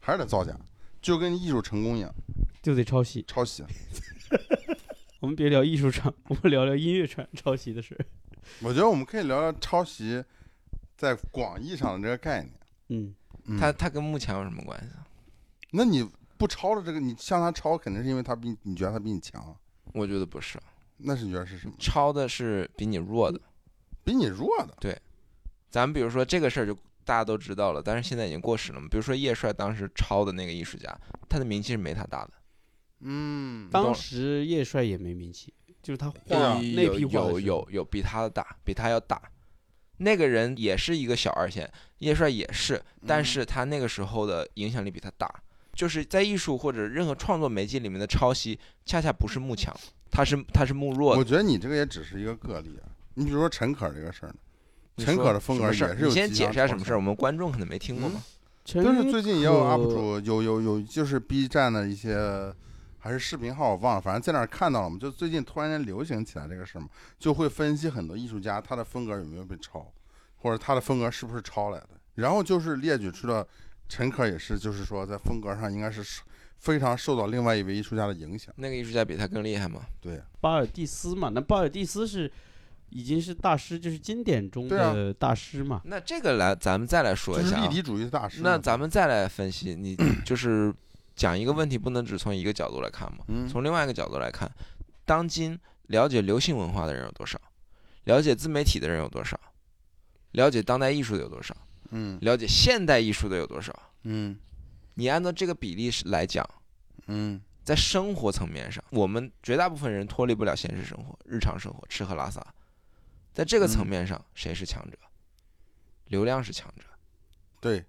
Speaker 1: 还是得造假，就跟艺术成功一样，
Speaker 2: 就得抄袭。
Speaker 1: 抄袭。
Speaker 2: 我们别聊艺术上，我们聊聊音乐传抄袭的事儿。
Speaker 1: 我觉得我们可以聊聊抄袭在广义上的这个概念。
Speaker 2: 嗯，
Speaker 1: 嗯
Speaker 3: 他他跟慕强有什么关系啊？
Speaker 1: 那你不抄了这个，你向他抄，肯定是因为他比你你觉得他比你强，
Speaker 3: 我觉得不是，
Speaker 1: 那是你觉得是什么？
Speaker 3: 抄的是比你弱的。
Speaker 1: 嗯比你弱的。
Speaker 3: 咱们比如说这个事儿就大家都知道了，但是现在已经过时了嘛。比如说叶帅当时抄的那个艺术家，他的名气是没他大的。
Speaker 1: 嗯，
Speaker 2: 当时叶帅也没名气，就是他
Speaker 1: 对啊
Speaker 2: 画那
Speaker 3: 有
Speaker 2: 批画的时候
Speaker 3: 有有有比他的大，比他要大。那个人也是一个小二线，叶帅也是，
Speaker 1: 嗯
Speaker 3: 但是他那个时候的影响力比他大。就是在艺术或者任何创作媒介里面的抄袭，恰恰不是慕强，他是他是慕弱的
Speaker 1: 我。觉得你这个也只是一个个例啊。你比如说陈可这个事儿呢，
Speaker 3: 你
Speaker 1: 陈
Speaker 3: 说
Speaker 1: 可的风
Speaker 3: 什
Speaker 1: 格
Speaker 3: 么事
Speaker 1: 也
Speaker 3: 儿
Speaker 1: 是有
Speaker 3: 你先
Speaker 1: 迹
Speaker 3: 解
Speaker 1: 象
Speaker 3: 释一下
Speaker 1: 抄
Speaker 3: 什么
Speaker 1: 袭
Speaker 3: 事儿，我们观众可能没听过嘛。
Speaker 1: 嗯
Speaker 2: 陈
Speaker 1: 但是最近也有
Speaker 2: 可
Speaker 1: UP 主有有有就是 B 站的一些还是视频号，我忘了，反正在那儿看到了嘛。就最近突然间流行起来这个事儿嘛，就会分析很多艺术家他的风格有没有被抄，或者他的风格是不是抄来的。然后就是列举出了陈可也是，就是说在风格上应该是受非常受到另外一位艺术家的影响。
Speaker 3: 那个艺术家比他更厉害吗？
Speaker 1: 对，
Speaker 2: 巴尔蒂斯嘛，那巴尔蒂斯是已经是大师，就是经典中
Speaker 1: 对啊
Speaker 2: 的大师嘛。
Speaker 3: 那这个来，咱们再来说
Speaker 1: 就
Speaker 3: 一
Speaker 1: 是
Speaker 3: 下、
Speaker 1: 立
Speaker 3: 啊。
Speaker 1: 体主义大师嘛。
Speaker 3: 那咱们再来分析， 你就是讲一个问题，不能只从一个角度来看嘛。
Speaker 1: 嗯
Speaker 3: 从另外一个角度来看，当今了解流行文化的人有多少？了解自媒体的人有多少？了解当代艺术的有多少？
Speaker 1: 嗯
Speaker 3: 了解现代艺术的有多少？
Speaker 1: 嗯
Speaker 3: 你按照这个比例是来讲，
Speaker 1: 嗯
Speaker 3: 在生活层面上，我们绝大部分人脱离不了现实生活、日常生活，吃喝拉撒。在这个层
Speaker 1: 嗯
Speaker 3: 面上，谁是强者？流量是强者。
Speaker 1: 对，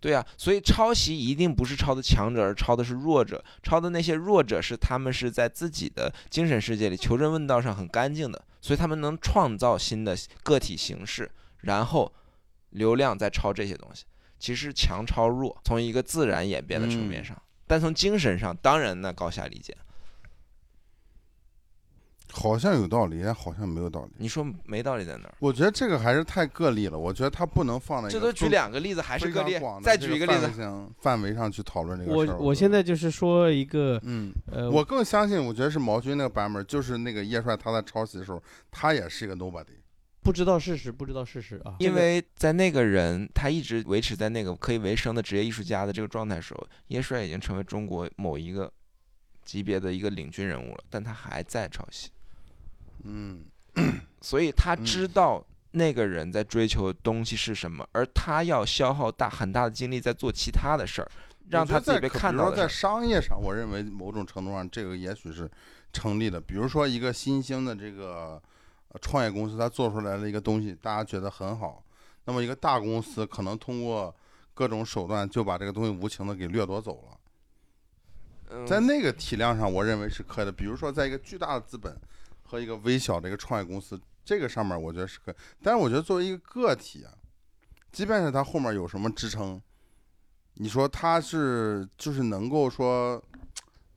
Speaker 3: 对啊，所以抄袭一定不是抄的强者，而抄的是弱者。抄的那些弱者是他们是在自己的精神世界里求真问道上很干净的，所以他们能创造新的个体形式，然后流量再抄这些东西。其实强抄弱，从一个自然演变的层面
Speaker 1: 嗯
Speaker 3: 上，但从精神上，当然呢高下立见。
Speaker 1: 好像有道理，好像没有道理。
Speaker 3: 你说没道理在哪儿？
Speaker 1: 我觉得这个还是太个例了，我觉得他不能放在一
Speaker 3: 这
Speaker 1: 个
Speaker 3: 都举
Speaker 1: 中
Speaker 3: 两个例子，还是
Speaker 1: 非
Speaker 3: 个
Speaker 1: 常
Speaker 3: 例
Speaker 1: 广，的
Speaker 3: 再
Speaker 1: 这
Speaker 3: 举一个例
Speaker 1: 范
Speaker 3: 子
Speaker 1: 围。上范围上去讨论这个事
Speaker 2: 我
Speaker 1: 儿。
Speaker 2: 我
Speaker 1: 觉
Speaker 2: 现
Speaker 1: 得，
Speaker 2: 在就是说一个
Speaker 1: 嗯，
Speaker 2: 呃，
Speaker 1: 我更相信，我觉得是毛军那个版本，就是那个叶帅他在抄袭的时候，他也是一个 nobody。
Speaker 2: 不知道事实，不知道事实啊，
Speaker 3: 因为在那个人他一直维持在那个可以为生的职业艺术家的这个状态时候，叶帅已经成为中国某一个级别的一个领军人物了，但他还在抄袭，
Speaker 1: 嗯，
Speaker 3: 所以他
Speaker 1: 嗯
Speaker 3: 知道那个人在追求的东西是什么，而他要消耗大很大的精力在做其他的事儿，让
Speaker 1: 我觉
Speaker 3: 他
Speaker 1: 得
Speaker 3: 自己
Speaker 1: 在
Speaker 3: 被
Speaker 1: 可
Speaker 3: 看
Speaker 1: 比如
Speaker 3: 到
Speaker 1: 说在
Speaker 3: 的事儿。
Speaker 1: 商业上，我认为某种程度上这个也许是成立的。比如说一个新兴的这个呃创业公司，它做出来了一个东西，大家觉得很好，那么一个大公司可能通过各种手段就把这个东西无情的给掠夺走了。
Speaker 3: 嗯
Speaker 1: 在那个体量上，我认为是可以的。比如说，在一个巨大的资本和一个微小的一个创业公司，这个上面我觉得是可以。但是我觉得作为一个个体啊，即便是他后面有什么支撑，你说他是就是能够说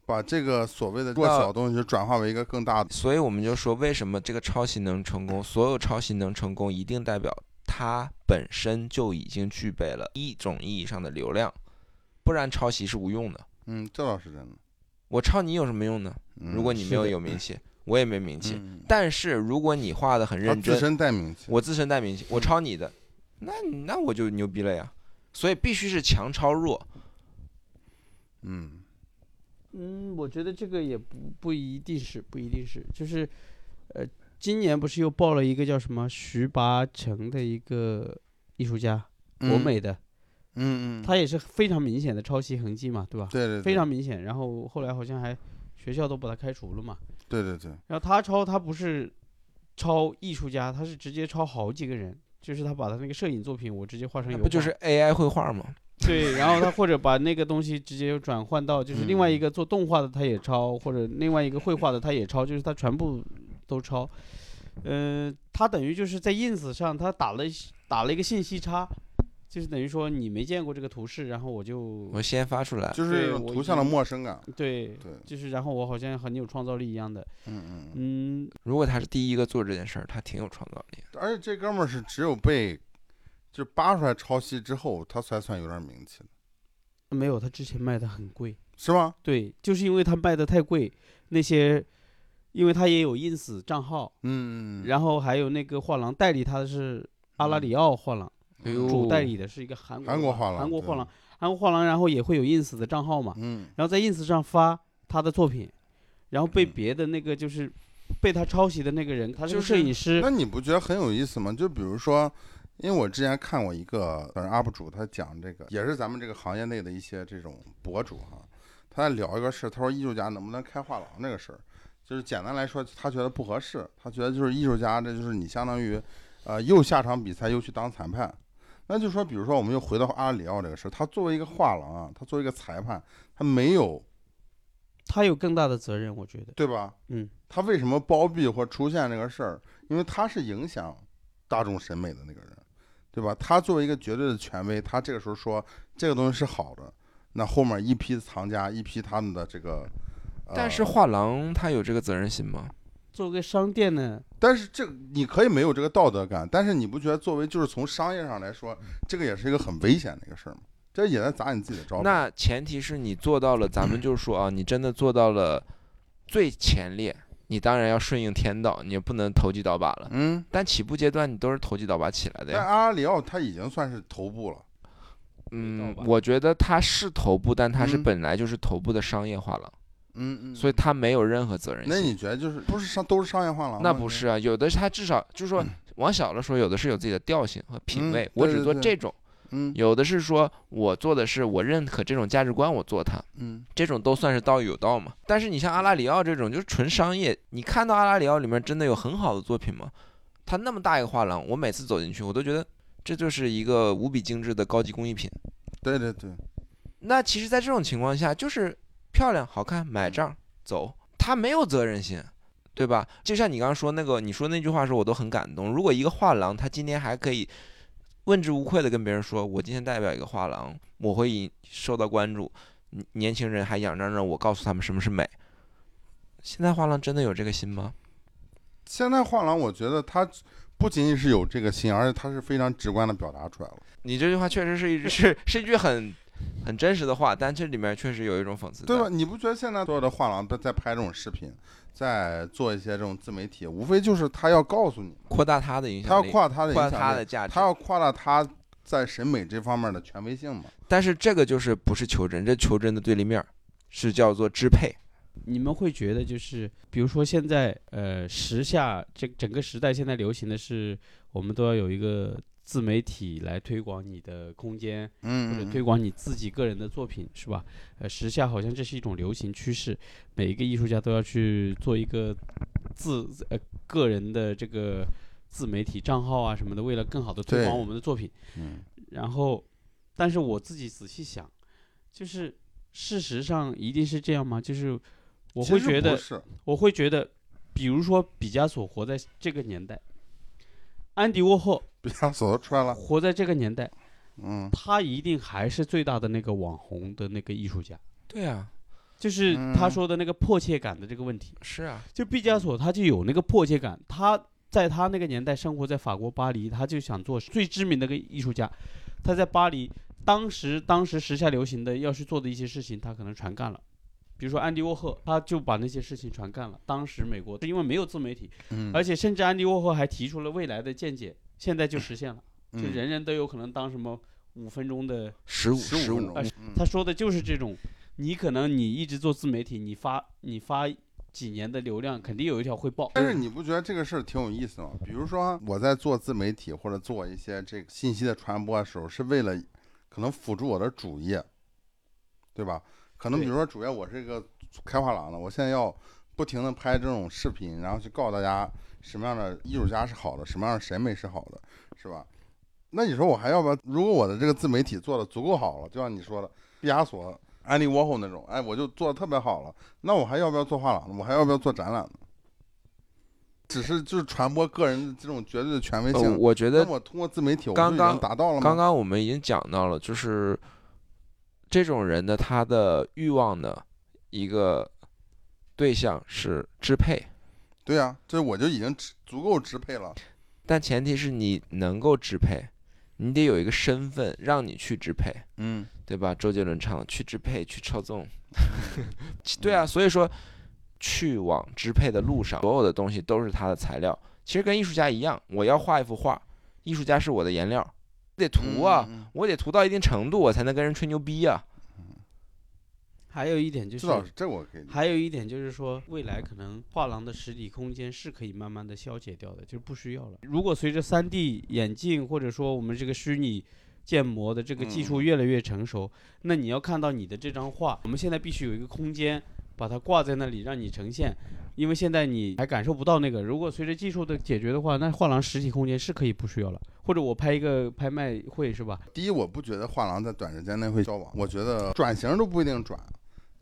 Speaker 1: 把这个所谓的弱小的东西就转化为一个更大的，
Speaker 3: 所以我们就说，为什么这个抄袭能成功？所有抄袭能成功，一定代表它本身就已经具备了一种意义上的流量，不然抄袭是无用的。
Speaker 1: 嗯，这倒是真的。
Speaker 3: 我抄你有什么用呢？
Speaker 1: 嗯、
Speaker 3: 如果你没有有名气，我也没名气。
Speaker 1: 嗯，
Speaker 3: 但是如果你画的很
Speaker 1: 他
Speaker 3: 认
Speaker 1: 自
Speaker 3: 真，
Speaker 1: 身嗯带名气，
Speaker 3: 我自身带名气，我抄你的，那那我就牛逼了呀。所以必须是强超弱，
Speaker 1: 嗯
Speaker 2: 嗯，我觉得这个也不不一定是，不一定是，就是，呃，今年不是又爆了一个叫什么徐拔成的一个艺术家，国
Speaker 1: 嗯
Speaker 2: 美的，
Speaker 1: 嗯嗯，
Speaker 2: 他也是非常明显的抄袭痕迹嘛，对吧？
Speaker 1: 对对对
Speaker 2: 非常明显。然后后来好像还学校都把他开除了嘛。
Speaker 1: 对对对，
Speaker 2: 然后他抄，他不是抄艺术家，他是直接抄好几个人，就是他把他那个摄影作品，我直接画成
Speaker 3: 那
Speaker 2: 哎油画，
Speaker 3: 不就是 AI 绘画吗？
Speaker 2: 对，然后他或者把那个东西直接转换到，就是另外
Speaker 3: 嗯
Speaker 2: 一个做动画的他也抄，或者另外一个绘画的他也抄，就是他全部都抄。嗯，他等于就是在 ins 上他打了一打了一个信息差，就是等于说你没见过这个图示，然后我就
Speaker 3: 我先发出来，
Speaker 1: 就是
Speaker 2: 对
Speaker 1: 一种
Speaker 2: 我
Speaker 1: 图
Speaker 2: 已
Speaker 1: 像的
Speaker 2: 经
Speaker 1: 陌生感。
Speaker 2: 对
Speaker 1: 对
Speaker 2: 就是然后我好像很有创造力一样的，
Speaker 1: 嗯嗯，
Speaker 2: 嗯，
Speaker 3: 如果他是第一个做这件事儿，他挺有创造力的。
Speaker 1: 而且这哥们儿是只有被就扒出来抄袭之后，他才算有点名气的，
Speaker 2: 没有，他之前卖的很贵，
Speaker 1: 是吗？
Speaker 2: 对，就是因为他卖的太贵，那些，因为他也有 ins 账号，
Speaker 1: 嗯，
Speaker 2: 然后还有那个画廊代理他的是阿拉里奥画廊，
Speaker 3: 哎呦
Speaker 2: 主代理的是一个韩国
Speaker 1: 哦韩国画廊
Speaker 2: 韩国画
Speaker 1: 对
Speaker 2: 廊，韩国画廊，然后也会有 ins 的账号嘛，
Speaker 1: 嗯
Speaker 2: 然后在 ins 上发他的作品，然后被
Speaker 1: 嗯
Speaker 2: 别的那个就是被他抄袭的那个人，他是
Speaker 3: 就
Speaker 2: 个
Speaker 3: 是
Speaker 2: 摄影师
Speaker 1: 那，你不觉得很有意思吗？就比如说，因为我之前看过一个反正 UP 主，他讲这个也是咱们这个行业内的一些这种博主哈，他在聊一个事儿，他说艺术家能不能开画廊这个事儿，就是简单来说，他觉得不合适，他觉得就是艺术家，这就是你相当于，呃，又下场比赛又去当裁判。那就说，比如说，我们又回到阿里奥这个事儿，他作为一个画廊啊，他作为一个裁判，他没有
Speaker 2: 他有更大的责任，我觉得，
Speaker 1: 对吧？
Speaker 2: 嗯，
Speaker 1: 他为什么包庇或出现这个事儿？因为他是影响大众审美的那个人，对吧？他作为一个绝对的权威，他这个时候说这个东西是好的，那后面一批藏家，一批他们的这个，呃、
Speaker 3: 但是画廊他有这个责任心吗？
Speaker 2: 作为商店呢，
Speaker 1: 但是这个你可以没有这个道德感，但是你不觉得作为就是从商业上来说，这个也是一个很危险的一个事儿吗？这也在砸你自己的招牌。
Speaker 3: 那前提是你做到了，咱们就 说啊，你真的做到了最前列，你当然要顺应天道，你也不能投机倒把了。
Speaker 1: 嗯，
Speaker 3: 但起步阶段你都是投机倒把起来的
Speaker 1: 但
Speaker 3: 呀。
Speaker 1: 阿里奥他已经算是头部了。
Speaker 3: 嗯
Speaker 2: 倒，把
Speaker 3: 我觉得它是头部，但它是
Speaker 1: 嗯
Speaker 3: 本来就是头部的商业画廊，
Speaker 1: 嗯嗯，
Speaker 3: 所以它没有任何责任
Speaker 1: 那
Speaker 3: 心。
Speaker 1: 你觉得就是不是商都是商业画廊吗？
Speaker 3: 那不是啊，有的是它至少就是说，往小了说，有的是有自己的调性和
Speaker 1: 嗯
Speaker 3: 品味，
Speaker 1: 对
Speaker 3: 我只
Speaker 1: 对
Speaker 3: 做
Speaker 1: 对
Speaker 3: 这种；
Speaker 1: 嗯
Speaker 3: 有的是说我做的是我认可这种价值观，我做它。
Speaker 1: 嗯
Speaker 3: 这种都算是道有道嘛。但是你像阿拉里奥这种就是纯商业，你看到阿拉里奥里面真的有很好的作品吗？他那么大一个画廊，我每次走进去，我都觉得这就是一个无比精致的高级工艺品。
Speaker 1: 对对对，
Speaker 3: 那其实，在这种情况下，就是漂亮、好看，买
Speaker 1: 嗯
Speaker 3: 账走，他没有责任心，对吧？就像你刚刚说那个，你说那句话的时候，我都很感动。如果一个画廊，他今天还可以问之无愧的跟别人说，我今天代表一个画廊，我会以受到关注，年年轻人还仰仗着我告诉他们什么是美。现在画廊真的有这个心吗？
Speaker 1: 现在画廊，我觉得他不仅仅是有这个心，而且他是非常直观的表达出来了。
Speaker 3: 你这句 话确实是一是是一句很很真实的话，但这里面确实有一种讽刺在，
Speaker 1: 对吧？你不觉得现在所有的画廊在在拍这种视频，在做一些这种自媒体，无非就是他要告诉你，
Speaker 3: 扩大它的影
Speaker 1: 他要
Speaker 3: 响力，
Speaker 1: 扩大他的
Speaker 3: 扩大
Speaker 1: 影
Speaker 3: 它
Speaker 1: 响
Speaker 3: 的
Speaker 1: 力，
Speaker 3: 价值，
Speaker 1: 他要扩大他在审美这方面的权威性嘛？
Speaker 3: 但是这个就是不是求真，这求真的对立面儿是叫做支配。
Speaker 2: 你们会觉得就是，比如说现在呃，时下这整个时代现在流行的是，我们都要有一个自媒体来推广你的空间，或者
Speaker 1: 嗯，
Speaker 2: 推广你自己个人的作品，是吧？呃，时下好像这是一种流行趋势，每一个艺术家都要去做一个自呃个人的这个自媒体账号啊什么的，为了更好的推
Speaker 1: 对
Speaker 2: 广我们的作品。
Speaker 1: 嗯
Speaker 2: 然后但是我自己仔细想，就是事实上一定是这样吗？就是我会
Speaker 1: 其实
Speaker 2: 觉
Speaker 1: 不
Speaker 2: 得，
Speaker 1: 是，
Speaker 2: 我会觉得，比如说毕加索活在这个年代，安迪沃霍
Speaker 1: 毕加索都出来了，
Speaker 2: 活在这个年代，
Speaker 1: 嗯，
Speaker 2: 他一定还是最大的那个网红的那个艺术家。
Speaker 3: 对啊，
Speaker 2: 就是他
Speaker 1: 嗯
Speaker 2: 说的那个迫切感的这个问题，
Speaker 3: 是啊，
Speaker 2: 就毕加索他就有那个迫切感，他在他那个年代生活在法国巴黎，他就想做最知名的一个艺术家。他在巴黎，当时当时时下流行的要去做的一些事情，他可能全干了。比如说安迪沃霍，他就把那些事情全干了。当时美国是因为没有自媒体，
Speaker 1: 嗯
Speaker 2: 而且甚至安迪沃霍还提出了未来的见解，现在就实现了，就
Speaker 1: 嗯
Speaker 2: 人人都有可能当什么五分钟的
Speaker 3: 十五
Speaker 1: 15
Speaker 3: 十
Speaker 1: 分
Speaker 3: 五呃
Speaker 1: 钟，嗯
Speaker 2: 他说的就是这种，你可能你一直做自媒体，你发你发几年的流量，肯定有一条会爆。
Speaker 1: 但是你不觉得这个事儿挺有意思吗？比如说我在做自媒体或者做一些这个信息的传播的时候，是为了可能辅助我的主业，对吧？可能比
Speaker 2: 对
Speaker 1: 如说主业我是一个开画廊的，我现在要不停的拍这种视频，然后去告诉大家什么样的艺术家是好的，什么样的审美是好的，是吧？那你说我还要不要？如果我的这个自媒体做的足够好了，就像你说的，毕加索、安利沃霍那种，哎，我就做的特别好了，那我还要不要做画廊呢？我还要不要做展览呢？只是就是传播个人的这种绝对的权威
Speaker 3: 呃
Speaker 1: 性。
Speaker 3: 我觉
Speaker 1: 那
Speaker 3: 得
Speaker 1: 我通过自媒体，我
Speaker 3: 刚
Speaker 1: 就已
Speaker 3: 刚
Speaker 1: 经达到了吗？
Speaker 3: 刚刚我们已经讲到了，就是这种人的他的欲望的一个对象是支配，
Speaker 1: 对呀、这我就已经支足够支配了。
Speaker 3: 但前提是你能够支配，你得有一个身份让你去支配，
Speaker 1: 嗯，
Speaker 3: 对吧？周杰伦唱的去支配，去操纵，
Speaker 1: 嗯
Speaker 3: 其对啊，所以说去往支配的路上，所有的东西都是他的材料。其实跟艺术家一样，我要画一幅画，艺术家是我的颜料，得涂啊，
Speaker 1: 嗯，嗯嗯
Speaker 3: 我得涂到一定程度，我才能跟人吹牛逼啊。
Speaker 2: 还有一点就
Speaker 1: 这倒是
Speaker 2: 是，
Speaker 1: 这我可以理解。
Speaker 2: 还有一点就是说，未来可能画廊的实体空间是可以慢慢的消解掉的，就是不需要了。如果随着 3D 眼镜或者说我们这个虚拟建模的这个技术
Speaker 1: 嗯
Speaker 2: 越来越成熟，那你要看到你的这张画，我们现在必须有一个空间把它挂在那里让你呈现。因为现在你还感受不到那个，如果随着技术的解决的话，那画廊实体空间是可以不需要了，或者我拍一个拍卖会是吧？
Speaker 1: 第一，我不觉得画廊在短时间内会消亡，我觉得转型都不一定转。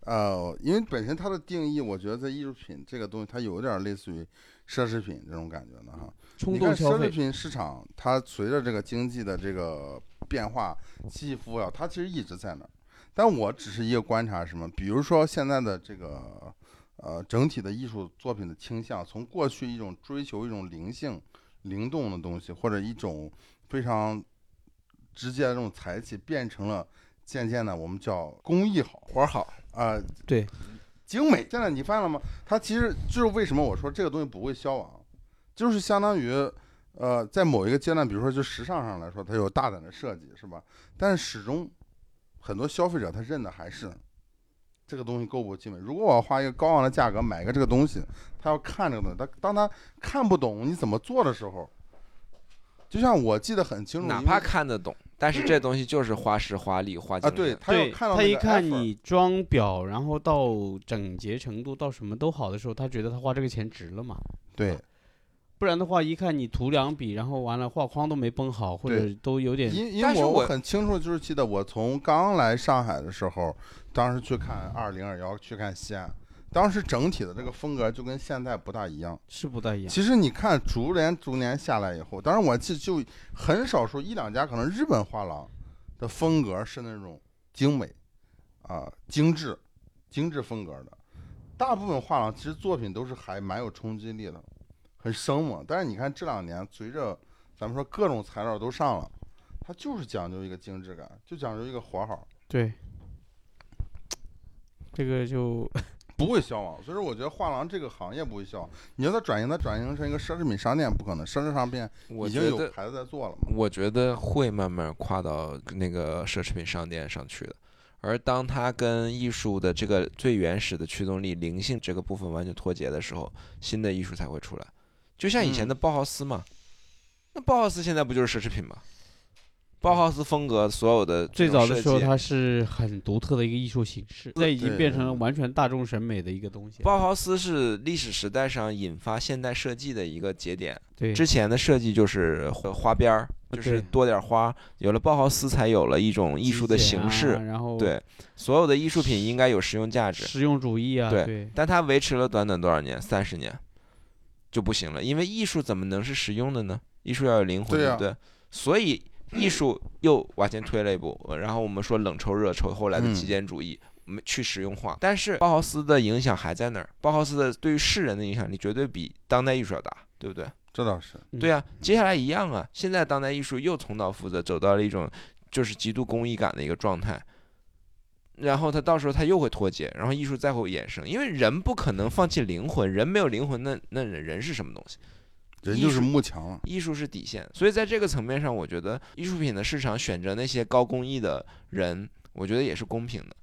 Speaker 1: 呃，因为本身它的定义，我觉得在艺术品这个东西，它有点类似于奢侈品这种感觉的哈。
Speaker 2: 冲
Speaker 1: 你
Speaker 2: 动
Speaker 1: 看
Speaker 2: 消
Speaker 1: 奢
Speaker 2: 费
Speaker 1: 侈，品市场，它随着这个经济的这个变化起起伏伏，啊它其实一直在那儿。但我只是一个观察，什么？比如说现在的这个呃整体的艺术作品的倾向，从过去一种追求一种灵性、灵动的东西，或者一种非常直接的这种才气，变成了渐渐的我们叫工艺好
Speaker 3: 活儿好，
Speaker 1: 啊、呃
Speaker 2: 对，
Speaker 1: 精美。现在你发现了吗？它其实就是为什么我说这个东西不会消亡，就是相当于，呃，在某一个阶段，比如说就时尚上来说，它有大胆的设计，是吧？但是始终很多消费者他认的还是这个东西够不够精美。如果我要花一个高昂的价格买个这个东西，他要看这个东西，他当他看不懂你怎么做的时候。就像我记得很清楚，
Speaker 3: 哪
Speaker 1: 因为
Speaker 3: 怕看得懂，但是这东西就是花时花力花精
Speaker 1: 啊，
Speaker 3: 力
Speaker 1: 对
Speaker 3: 的，
Speaker 1: 他要
Speaker 2: 对
Speaker 1: 看到
Speaker 2: 他
Speaker 1: 那
Speaker 2: 一
Speaker 1: 个
Speaker 2: 看
Speaker 1: effort
Speaker 2: 你装裱，然后到整洁程度，到什么都好的时候，他觉得他花这个钱值了嘛？
Speaker 1: 对，
Speaker 2: 不然的话，一看你涂两笔，然后完了画框都没绷好，或
Speaker 1: 对
Speaker 2: 者都有点
Speaker 1: 因因
Speaker 3: 但
Speaker 1: 为
Speaker 3: 是
Speaker 1: 我
Speaker 3: 我
Speaker 1: 很清楚，就是记得我从刚来上海的时候，当时去看二零二幺，去看西安，当时整体的这个风格就跟现在不大一样。
Speaker 2: 是不大一样。
Speaker 1: 其实你看，逐年逐年下来以后，当然我记就很少数一两家，可能日本画廊的风格是那种精美啊、精致、精致风格的。大部分画廊其实作品都是还蛮有冲击力的，很生猛。但是你看这两年，随着咱们说各种材料都上了，它就是讲究一个精致感，就讲究一个活好，
Speaker 2: 对，这个就
Speaker 1: 不会消亡。所以说，我觉得画廊这个行业不会消亡。你要它转型，它转型成一个奢侈品商店不可能，奢侈商店
Speaker 3: 我
Speaker 1: 已
Speaker 3: 觉
Speaker 1: 经有
Speaker 3: 得
Speaker 1: 牌子在做了嘛。
Speaker 3: 我觉得会慢慢跨到那个奢侈品商店上去的。而当它跟艺术的这个最原始的驱动力、灵性这个部分完全脱节的时候，新的艺术才会出来。就像以前的
Speaker 1: 嗯
Speaker 3: 鲍豪斯嘛，那鲍豪斯现在不就是奢侈品吗？包豪斯风格所有的
Speaker 2: 最
Speaker 3: 这种
Speaker 2: 早的
Speaker 3: 设
Speaker 2: 时候，
Speaker 3: 计
Speaker 2: 它是很独特的一个艺术形式，现在已经
Speaker 1: 对
Speaker 2: 变成了完全大众审美的一个东西了。
Speaker 3: 包豪斯是历史时代上引发现代设计的一个节点，
Speaker 2: 对，
Speaker 3: 之前的设计就是花花边儿，就是
Speaker 2: 对
Speaker 3: 多点儿花，有了包豪斯才有了一种艺
Speaker 2: 极
Speaker 3: 术的
Speaker 2: 简
Speaker 3: 形
Speaker 2: 啊
Speaker 3: 式。
Speaker 2: 然后
Speaker 3: 对，所有的艺术品应该有实用价值，
Speaker 2: 实用主义啊，
Speaker 3: 对
Speaker 2: 对
Speaker 3: 但它维持了短短多少年？三十年就不行了，因为艺术怎么能是实用的呢？艺术要有灵魂，
Speaker 1: 对啊
Speaker 3: 对
Speaker 1: 呀
Speaker 3: 不对？所以艺术又往前推了一步，呃然后我们说冷抽热抽，后来的
Speaker 1: 嗯
Speaker 3: 极简主义。我们去实用化，但是包豪斯的影响还在那儿。包豪斯的对于世人的影响力绝对比当代艺术要大，对不对？
Speaker 1: 这倒是，
Speaker 2: 嗯
Speaker 3: 对啊，接下来一样啊。现在当代艺术又重蹈覆辙，走到了一种就是极度工艺感的一个状态。然后他到时候他又会脱节，然后艺术再会衍生，因为人不可能放弃灵魂，人没有灵魂，那那人人是什么东西？
Speaker 1: 人
Speaker 3: 艺
Speaker 1: 就是
Speaker 3: 术
Speaker 1: 慕强了。
Speaker 3: 艺术是底线，所以在这个层面上，我觉得艺术品的市场选择那些高工艺的人，我觉得也是公平的，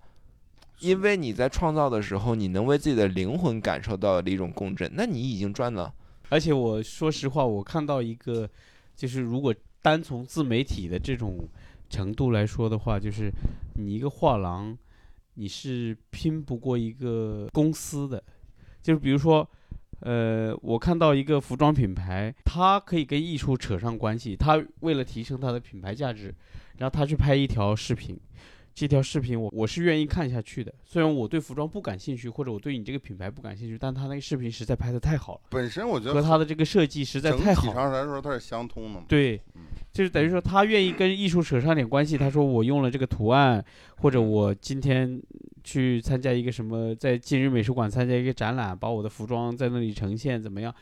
Speaker 3: 因为你在创造的时候，你能为自己的灵魂感受到的一种共振，那你已经赚了。
Speaker 2: 而且我说实话，我看到一个，就是如果单从自媒体的这种程度来说的话，就是你一个画廊，你是拼不过一个公司的。就是比如说，呃，我看到一个服装品牌，它可以跟艺术扯上关系，它为了提升它的品牌价值，然后它去拍一条视频。这条视频我我是愿意看下去的，虽然我对服装不感兴趣，或者我对你这个品牌不感兴趣，但它那个视频实在拍的太好了。
Speaker 1: 本身我觉得
Speaker 2: 和他的这个设计实在
Speaker 1: 整
Speaker 2: 太
Speaker 1: 体
Speaker 2: 好。
Speaker 1: 上来说它是相通的嘛。
Speaker 2: 对，就是等于说他愿意跟艺术扯上点关系。他说我用了这个图案，或者我今天去参加一个什么，在近日美术馆参加一个展览，把我的服装在那里呈现怎么样？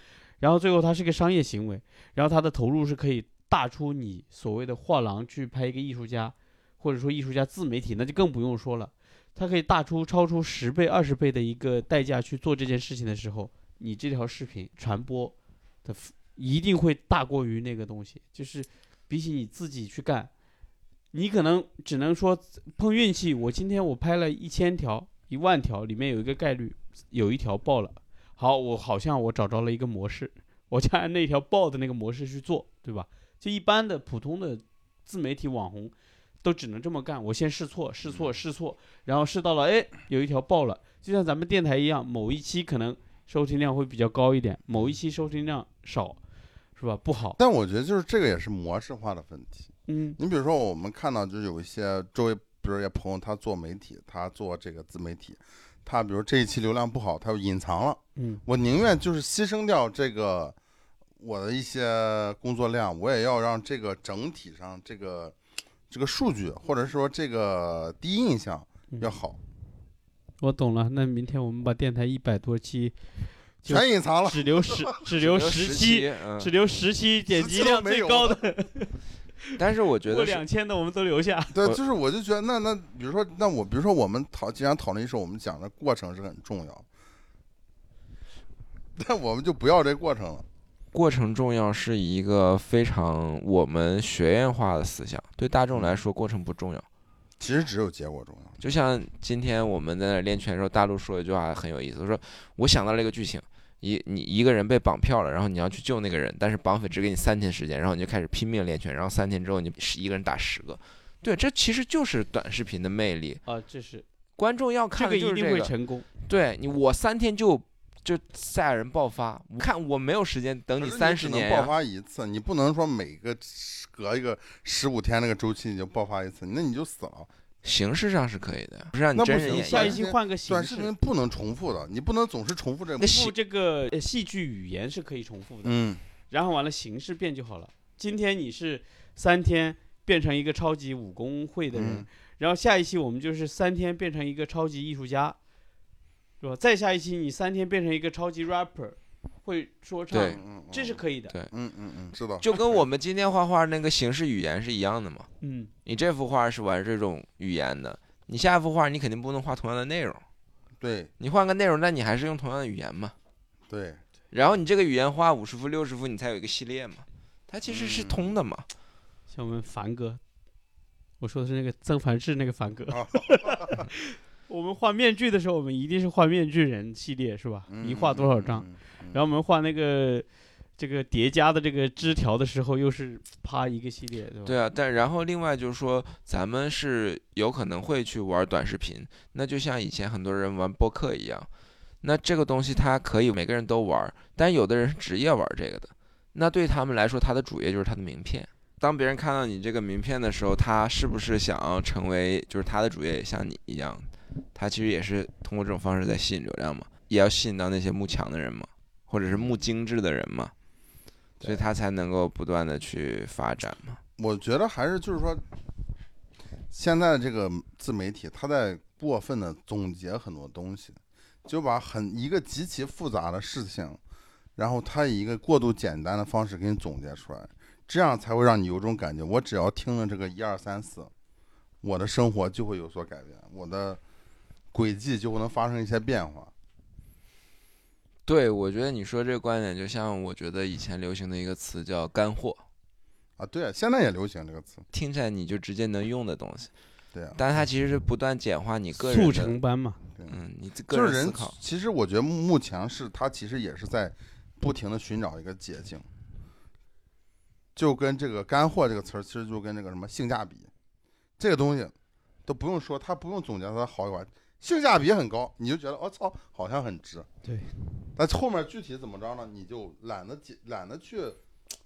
Speaker 2: 然后最后它是个商业行为，然后它的投入是可以大出你所谓的画廊去拍一个艺术家，或者说艺术家自媒体，那就更不用说了。它可以大出超出十倍、二十倍的一个代价去做这件事情的时候，你这条视频传播的 f- 一定会大过于那个东西。就是比起你自己去干，你可能只能说碰运气。我今天我拍了一千条、一万条，里面有一个概率有一条爆了。好，我好像我找着了一个模式，我就按那条爆的那个模式去做，对吧？就一般的普通的自媒体网红都只能这么干。我先试错，试错，试错，然后试到了，哎，有一条爆了。就像咱们电台一样，某一期可能收听量会比较高一点，某一期收听量少，是吧？不好，
Speaker 1: 但我觉得就是这个也是模式化的问题。
Speaker 2: 嗯，
Speaker 1: 你比如说，我们看到就是有一些周围，比如一些朋友，他做媒体，他做这个自媒体，他比如这一期流量不好，他又隐藏了。
Speaker 2: 嗯，
Speaker 1: 我宁愿就是牺牲掉这个我的一些工作量，我也要让这个整体上这个这个数据，或者说这个第一印象
Speaker 2: 嗯
Speaker 1: 要好，
Speaker 2: 我懂了。那明天我们把电台一百多期，就
Speaker 1: 全隐藏了。
Speaker 2: 只留十，只留
Speaker 3: 有
Speaker 2: 十
Speaker 3: 期
Speaker 2: 期，，
Speaker 3: 嗯
Speaker 2: 只留十期点击量最高的，
Speaker 3: 但是我觉
Speaker 2: 过
Speaker 3: 得是
Speaker 2: 两千的我们都留下。
Speaker 1: 对，
Speaker 3: 我
Speaker 1: 就是我就觉得那那，比如说那我，比如说我们讨既然讨论艺术，我们讲的过程是很重要，但我们就不要这过程了。
Speaker 3: 过程重要是一个非常我们学院化的思想，对大众来说过程不重要。
Speaker 1: 其实只有结果重要。
Speaker 3: 就像今天我们在那练拳的时候，大陆说一句话很有意思，他说我想到了一个剧情，一你一个人被绑票了，然后你要去救那个人，但是绑匪只给你三天时间，然后你就开始拼命练拳，然后三天之后你十一个人打十个。对，这其实就是短视频的魅力，
Speaker 2: 啊，这是
Speaker 3: 观众要
Speaker 2: 这
Speaker 3: 看
Speaker 2: 个
Speaker 3: 的就
Speaker 2: 一
Speaker 3: 是这
Speaker 2: 定会成功。
Speaker 3: 对你，我三天就就赛亚人爆发，我看我没有时间等
Speaker 1: 可
Speaker 3: 你
Speaker 1: 是
Speaker 3: 三
Speaker 1: 只
Speaker 3: 十
Speaker 1: 能
Speaker 3: 年呀、
Speaker 1: 爆发一次，你不能说每个十隔一个十五天那个周期你就爆发一次，那你就死了。
Speaker 3: 形式上是可以的，不是让你
Speaker 1: 那不
Speaker 3: 真人
Speaker 1: 行
Speaker 3: 演
Speaker 2: 下
Speaker 1: 短
Speaker 2: 一
Speaker 3: 绎。
Speaker 1: 视
Speaker 2: 期
Speaker 1: 频
Speaker 2: 换个形
Speaker 1: 短视频
Speaker 2: 式，
Speaker 1: 不能重复的，你不能总是重复这
Speaker 3: 那
Speaker 1: 个。
Speaker 2: 不，
Speaker 3: 形
Speaker 2: 这个呃戏剧语言是可以重复的。
Speaker 1: 嗯，
Speaker 2: 然后完了形式变就好了。今天你是三天变成一个超级武功会的人，
Speaker 1: 嗯
Speaker 2: 然后下一期我们就是三天变成一个超级艺术家，是吧？再下一期你三天变成一个超级 rapper，会说
Speaker 3: 对
Speaker 2: 唱，
Speaker 1: 嗯
Speaker 2: 这是可以的。
Speaker 3: 对
Speaker 1: 嗯嗯嗯，知道。
Speaker 3: 就跟我们今天画画那个形式语言是一样的嘛。
Speaker 2: 嗯，
Speaker 3: 你这幅画是玩这种语言的，你下一幅画你肯定不能画同样的内容，
Speaker 1: 对
Speaker 3: 你换个内容，那你还是用同样的语言嘛。
Speaker 1: 对，
Speaker 3: 然后你这个语言画五十幅、六十幅，你才有一个系列嘛。它其实是
Speaker 1: 嗯
Speaker 3: 通的嘛。
Speaker 2: 像我们凡哥，我说的是那个曾凡志那个凡哥。
Speaker 1: 啊
Speaker 2: 我们画面具的时候，我们一定是画面具人系列，是吧？一画多少张？
Speaker 1: 嗯嗯？嗯嗯
Speaker 2: 然后我们画那个这个叠加的这个枝条的时候，又是啪一个系列，对吧？
Speaker 3: 对啊，但然后另外就是说，咱们是有可能会去玩短视频，那就像以前很多人玩播客一样，那这个东西它可以每个人都玩，但有的人是职业玩这个的，那对他们来说，他的主业就是他的名片。当别人看到你这个名片的时候，他是不是想要成为就是他的主业也像你一样？他其实也是通过这种方式在吸引流量嘛，也要吸引到那些慕强的人嘛，或者是慕精致的人嘛，所以他才能够不断的去发展嘛。
Speaker 1: 我觉得还是就是说，现在这个自媒体，它在过分的总结很多东西，就把很一个极其复杂的事情，然后它以一个过度简单的方式给你总结出来，这样才会让你有种感觉，我只要听了这个一二三四，我的生活就会有所改变，我的轨迹就会能发生一些变化。
Speaker 3: 对，我觉得你说这个观点，就像我觉得以前流行的一个词叫“干货
Speaker 1: 啊，对啊，现在也流行这个词，”，
Speaker 3: 听起来你就直接能用的东西，
Speaker 1: 对啊，
Speaker 3: 但它其实是不断简化你个人
Speaker 2: 速
Speaker 3: 的
Speaker 2: 成班嘛，
Speaker 3: 嗯，你自个
Speaker 1: 就是
Speaker 3: 人思
Speaker 1: 人
Speaker 3: 考。
Speaker 1: 其实我觉得慕强是他其实也是在不停的寻找一个捷径，就跟这个干货这个词儿，其实就跟那个什么性价比这个东西都不用说，他不用总结它的好与坏，性价比很高，你就觉得我、操好像很值。
Speaker 2: 对，
Speaker 1: 但后面具体怎么着呢？你就懒得解懒得去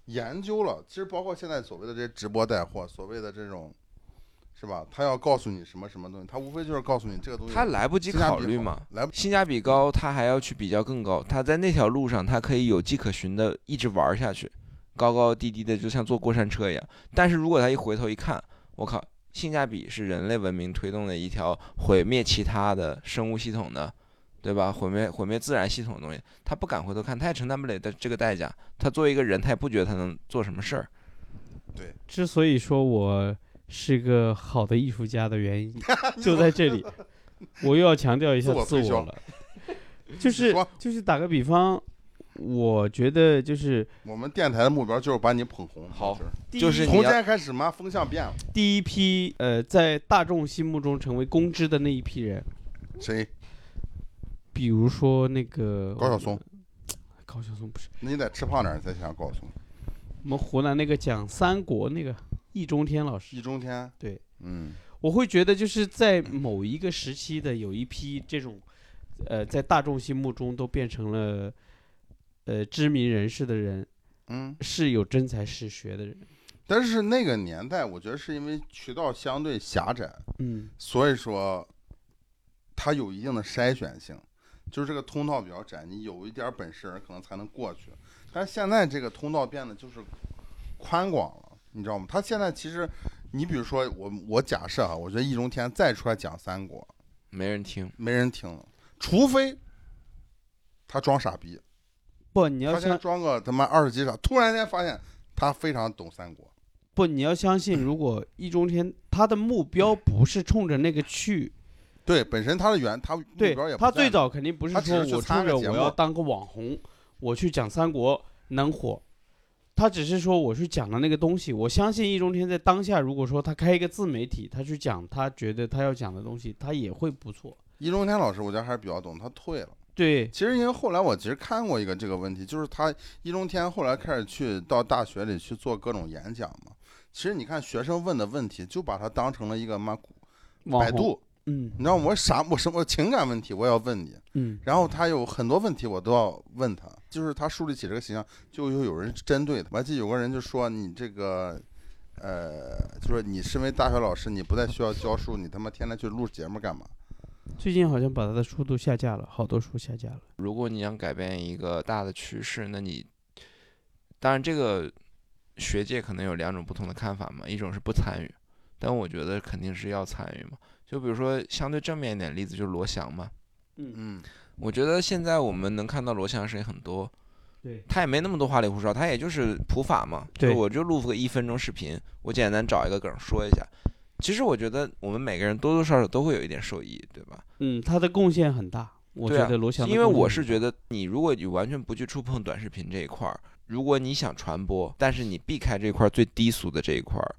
Speaker 1: 研究了。其实包括现在所谓的这些直播带货，所谓的这种。是吧？他要告诉你什么什么东西，他无非就是告诉你这个东西。
Speaker 3: 他来不及
Speaker 1: 性价
Speaker 3: 考
Speaker 1: 比
Speaker 3: 虑
Speaker 1: 好
Speaker 3: 嘛，
Speaker 1: 来不
Speaker 3: 性价比高，他还要去比较更高，他在那条路上，他可以有迹可循的一直玩儿下去，高高低低的，就像坐过山车一样。但是如果他一回头一看，我靠，性价比是人类文明推动的一条毁灭其他的生物系统的，对吧？毁灭毁灭自然系统的东西，他不敢回头看，他也承担不了的这个代价。他作为一个人，他也不觉得他能做什么事儿。
Speaker 2: 之所以说我是个好的艺术家的原因，就在这里。我又要强调一下
Speaker 1: 自我
Speaker 2: 自
Speaker 1: 推
Speaker 2: 我
Speaker 1: 销
Speaker 2: 了，就是
Speaker 1: 说
Speaker 2: 就是打个比方，我觉得就是
Speaker 1: 我们电台的目标就是把你捧红。
Speaker 3: 好
Speaker 1: 就是
Speaker 2: 第
Speaker 3: 就
Speaker 2: 一
Speaker 3: 是你
Speaker 1: 从今
Speaker 3: 要
Speaker 1: 天开始嘛，风向变了。
Speaker 2: 第一批呃，在大众心目中成为公知的那一批人，
Speaker 1: 谁？
Speaker 2: 比如说那个
Speaker 1: 高晓松，
Speaker 2: 高晓松不是
Speaker 1: 那你得吃胖点儿，你才想告诉我。
Speaker 2: 我们湖南那个讲三国那个易中天老师，
Speaker 1: 易中天，
Speaker 2: 对，
Speaker 1: 嗯，
Speaker 2: 我会觉得就是在某一个时期的有一批这种，呃，在大众心目中都变成了呃知名人士的人，
Speaker 1: 嗯，
Speaker 2: 是有真才实学的人，
Speaker 1: 但是那个年代，我觉得是因为渠道相对狭窄，
Speaker 2: 嗯，
Speaker 1: 所以说它有一定的筛选性，就是这个通道比较窄，你有一点儿本事人可能才能过去。但是现在这个通道变得就是宽广了，你知道吗？他现在其实，你比如说我，我假设啊，我觉得易中天再出来讲三国，
Speaker 3: 没人听，
Speaker 1: 没人听了，除非他装傻逼，
Speaker 2: 不，你要
Speaker 1: 他
Speaker 2: 相
Speaker 1: 先装个他妈二十几傻，突然间发现他非常懂三国，
Speaker 2: 不，你要相信，如果易中天他的目
Speaker 1: 嗯
Speaker 2: 标不是冲着那个去，
Speaker 1: 对，本身他的原他目
Speaker 2: 对
Speaker 1: 标也不
Speaker 2: 他
Speaker 1: 在
Speaker 2: 最
Speaker 1: 那
Speaker 2: 早肯定不是
Speaker 1: 他只
Speaker 2: 说
Speaker 1: 是去
Speaker 2: 我
Speaker 1: 参
Speaker 2: 冲
Speaker 1: 加
Speaker 2: 着
Speaker 1: 节
Speaker 2: 我
Speaker 1: 目
Speaker 2: 要当个网红，我去讲三国能火。他只是说我去讲了那个东西，我相信易中天在当下，如果说他开一个自媒体，他去讲他觉得他要讲的东西，他也会不错。
Speaker 1: 易中天老师，我觉得还是比较懂，他退了。
Speaker 2: 对，
Speaker 1: 其实因为后来我其实看过一个这个问题，就是他易中天后来开始去到大学里去做各种演讲嘛。其实你看学生问的问题，就把他当成了一个妈
Speaker 2: 网
Speaker 1: 百
Speaker 2: 红，
Speaker 1: 度，
Speaker 2: 嗯
Speaker 1: 你知道吗我啥我什么情感问题我也要问你，
Speaker 2: 嗯，
Speaker 1: 然后他有很多问题我都要问他，就是他树立起这个形象，就又有人针对他。我还记得有个人就说你这个，呃，就是你身为大学老师，你不在学校教书，你他妈天天去录节目干嘛？
Speaker 2: 最近好像把他的书都下架了，好多书下架了。
Speaker 3: 如果你想改变一个大的趋势，那你当然这个学界可能有两种不同的看法嘛，一种是不参与，但我觉得肯定是要参与嘛。就比如说相对正面一点的例子，就是罗翔嘛。
Speaker 2: 嗯，
Speaker 1: 嗯，
Speaker 3: 我觉得现在我们能看到罗翔的事情很多，
Speaker 2: 对，
Speaker 3: 他也没那么多花里胡哨，他也就是普法嘛。就
Speaker 2: 对
Speaker 3: 我就录个一分钟视频，我简单找一个梗说一下。其实我觉得我们每个人多多少少都会有一点受益，对吧？
Speaker 2: 嗯，他的贡献很大，我
Speaker 3: 对
Speaker 2: 觉得
Speaker 3: 啊、
Speaker 2: 罗翔的
Speaker 3: 因为
Speaker 2: 贡献
Speaker 3: 我
Speaker 2: 很
Speaker 3: 是
Speaker 2: 大
Speaker 3: 觉得，你如果你完全不去触碰短视频这一块儿，如果你想传播，但是你避开这块儿最低俗的这一块儿，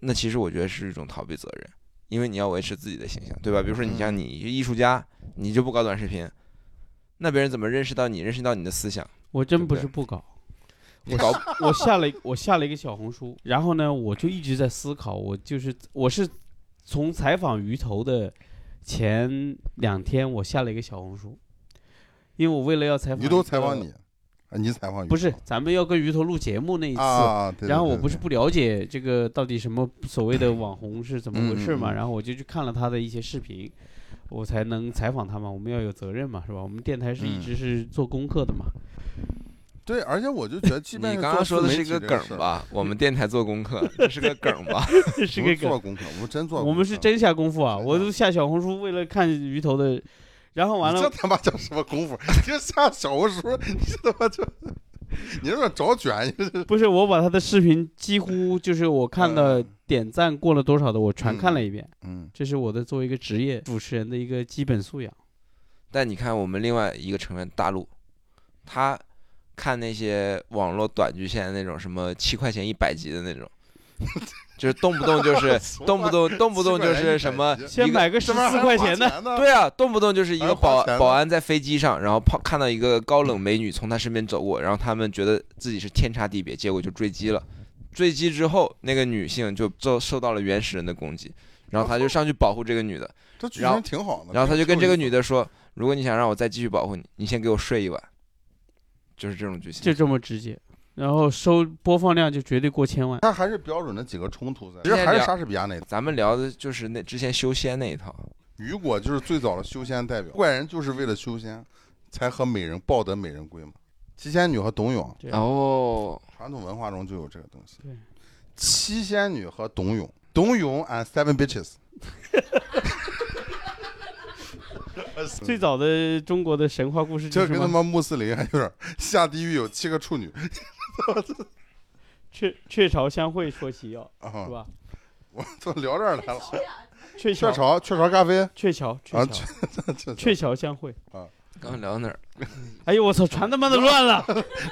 Speaker 3: 那其实我觉得是一种逃避责任，因为你要维持自己的形象，对吧？比如说你像你艺术家，你就不搞短视频，那别人怎么认识到你，认识到你的思想？
Speaker 2: 我真
Speaker 3: 对
Speaker 2: 不
Speaker 3: 不
Speaker 2: 是
Speaker 3: 对
Speaker 2: 不搞，
Speaker 3: 你搞
Speaker 2: 我下了一我下了一个小红书，然后呢，我就一直在思考，我就是我是从采访鱼头的前两天，我下了一个小红书，因为我为了要采访
Speaker 1: 鱼头
Speaker 2: 一
Speaker 1: 采访
Speaker 2: 个
Speaker 1: 你，啊，你采访鱼
Speaker 2: 不是咱们要跟鱼头录节目那一次，
Speaker 1: 啊？对对
Speaker 2: 然后我
Speaker 1: 对
Speaker 2: 不是
Speaker 1: 对
Speaker 2: 不了解这个到底什么所谓的网红是怎么回事
Speaker 1: 嗯
Speaker 2: 嘛，
Speaker 1: 嗯嗯
Speaker 2: 然后我就去看了他的一些视频，我才能采访他嘛。我们要有责任嘛，是吧？我们电台是一
Speaker 1: 嗯
Speaker 2: 直是做功课的嘛。
Speaker 1: 对，而且我就觉得，即
Speaker 3: 你
Speaker 1: 便是
Speaker 3: 刚
Speaker 1: 做
Speaker 3: 刚说的
Speaker 1: 自
Speaker 3: 是
Speaker 1: 媒
Speaker 3: 一个
Speaker 1: 体这
Speaker 3: 梗
Speaker 1: 事儿，
Speaker 3: 吧？我们电台做功课，这是个梗吧？
Speaker 2: 这
Speaker 1: 不
Speaker 2: 个
Speaker 1: 是做功课，我们真做功课，嗯
Speaker 2: 我们是真下功夫啊！
Speaker 1: 真
Speaker 2: 我
Speaker 1: 的
Speaker 2: 都下小红书为了看鱼头的，然后完
Speaker 1: 你
Speaker 2: 了
Speaker 1: 这他妈叫什么功夫？你这下小红书，你这他妈就， 你有点找卷，你这
Speaker 2: 不是我把他的视频几乎就是我看的
Speaker 1: 嗯
Speaker 2: 点赞过了多少的，我全看
Speaker 1: 嗯
Speaker 2: 了一遍。
Speaker 1: 嗯，
Speaker 2: 这是我的作为一个职业主持人的一个基本素养。
Speaker 3: 但你看我们另外一个成员大陆，他看那些网络短剧现在那种什么七块钱一百集的那种， 就是动不动就是 动不动动不动就是什么
Speaker 1: 奇怪
Speaker 2: 先
Speaker 3: 一个
Speaker 2: 买个十
Speaker 1: 呃这玩意
Speaker 2: 四
Speaker 1: 儿
Speaker 2: 块
Speaker 1: 还花
Speaker 2: 钱的，
Speaker 1: 钱呢，
Speaker 3: 对啊，动不动就是一
Speaker 1: 还
Speaker 3: 个
Speaker 1: 要花
Speaker 3: 保
Speaker 1: 钱呢
Speaker 3: 保安在飞机上，然后碰看到一个高冷美女从他身边走过，然后他们觉得自己是天差地别，结果就追击了。追击之后，那个女性就受受到了原始人的攻击，然后他就上去保护这个女的，
Speaker 1: 这剧
Speaker 3: 然后
Speaker 1: 情挺好的。
Speaker 3: 然后他就跟这个女
Speaker 1: 的，
Speaker 3: 的说：“如果你想让我再继续保护你，你先给我睡一晚。”就是这种剧
Speaker 2: 就
Speaker 3: 情。
Speaker 2: 这么直接，然后收播放量就绝对过千万。
Speaker 1: 他还是标准的几个冲突在，其实还是
Speaker 3: 啊
Speaker 1: 莎士比亚那一套。
Speaker 3: 咱们聊的就是那之前修仙那一套，
Speaker 1: 雨果就是最早的修仙代表，怪人就是为了修仙，才和美人抱得美人归嘛。七仙女和董永，
Speaker 2: 对，
Speaker 3: 哦，
Speaker 1: 传统文化中就有这个东西。
Speaker 2: 对，
Speaker 1: 七仙女和董永，董永 and seven bitches。
Speaker 2: 最早的中国的神话故事就
Speaker 1: 这
Speaker 2: 是
Speaker 1: 跟他妈
Speaker 2: 嘛
Speaker 1: 穆斯林还有点下地狱有七个处女
Speaker 2: 雀雀巢相会说起要
Speaker 1: 啊
Speaker 2: 是！吧？
Speaker 1: 我都聊这儿来了。
Speaker 2: 鹊
Speaker 1: 雀
Speaker 2: 巢
Speaker 1: 巢，雀巢咖啡
Speaker 2: 鹊巢
Speaker 1: 啊
Speaker 2: 鹊巢鹊桥相会。
Speaker 3: 刚刚聊到哪儿？
Speaker 2: 哎呦我操，传他妈的 乱了，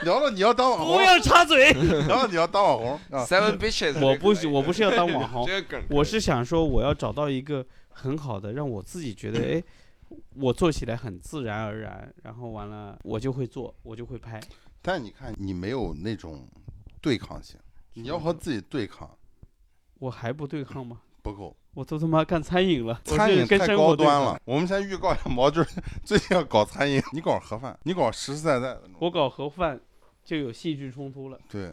Speaker 1: 聊到你要当网
Speaker 2: 不
Speaker 1: 红，
Speaker 2: 要插嘴。
Speaker 1: 聊到你要当网红啊！
Speaker 3: Seven Bitches，
Speaker 2: 我不
Speaker 3: 这
Speaker 2: 是
Speaker 3: 个可以
Speaker 2: 我不是要当网红
Speaker 3: 这，个梗可以，
Speaker 2: 我是想说我要找到一个很好的，让我自 己觉得哎。我做起来很自然而然，然后完了我就会做，我就会拍。
Speaker 1: 但你看，你没有那种对抗性，你要和自己对抗
Speaker 2: 我还不对抗吗？
Speaker 1: 不够。
Speaker 2: 我都他妈干餐饮了，我
Speaker 1: 餐
Speaker 2: 是
Speaker 1: 饮
Speaker 2: 跟
Speaker 1: 太
Speaker 2: 生
Speaker 1: 高
Speaker 2: 活对
Speaker 1: 端
Speaker 2: 抗
Speaker 1: 了。。我们先预告一下，毛就是最近要搞餐饮，你搞盒饭，你搞实实在在的那种。
Speaker 2: 我搞盒饭就有戏剧冲突了，
Speaker 1: 对，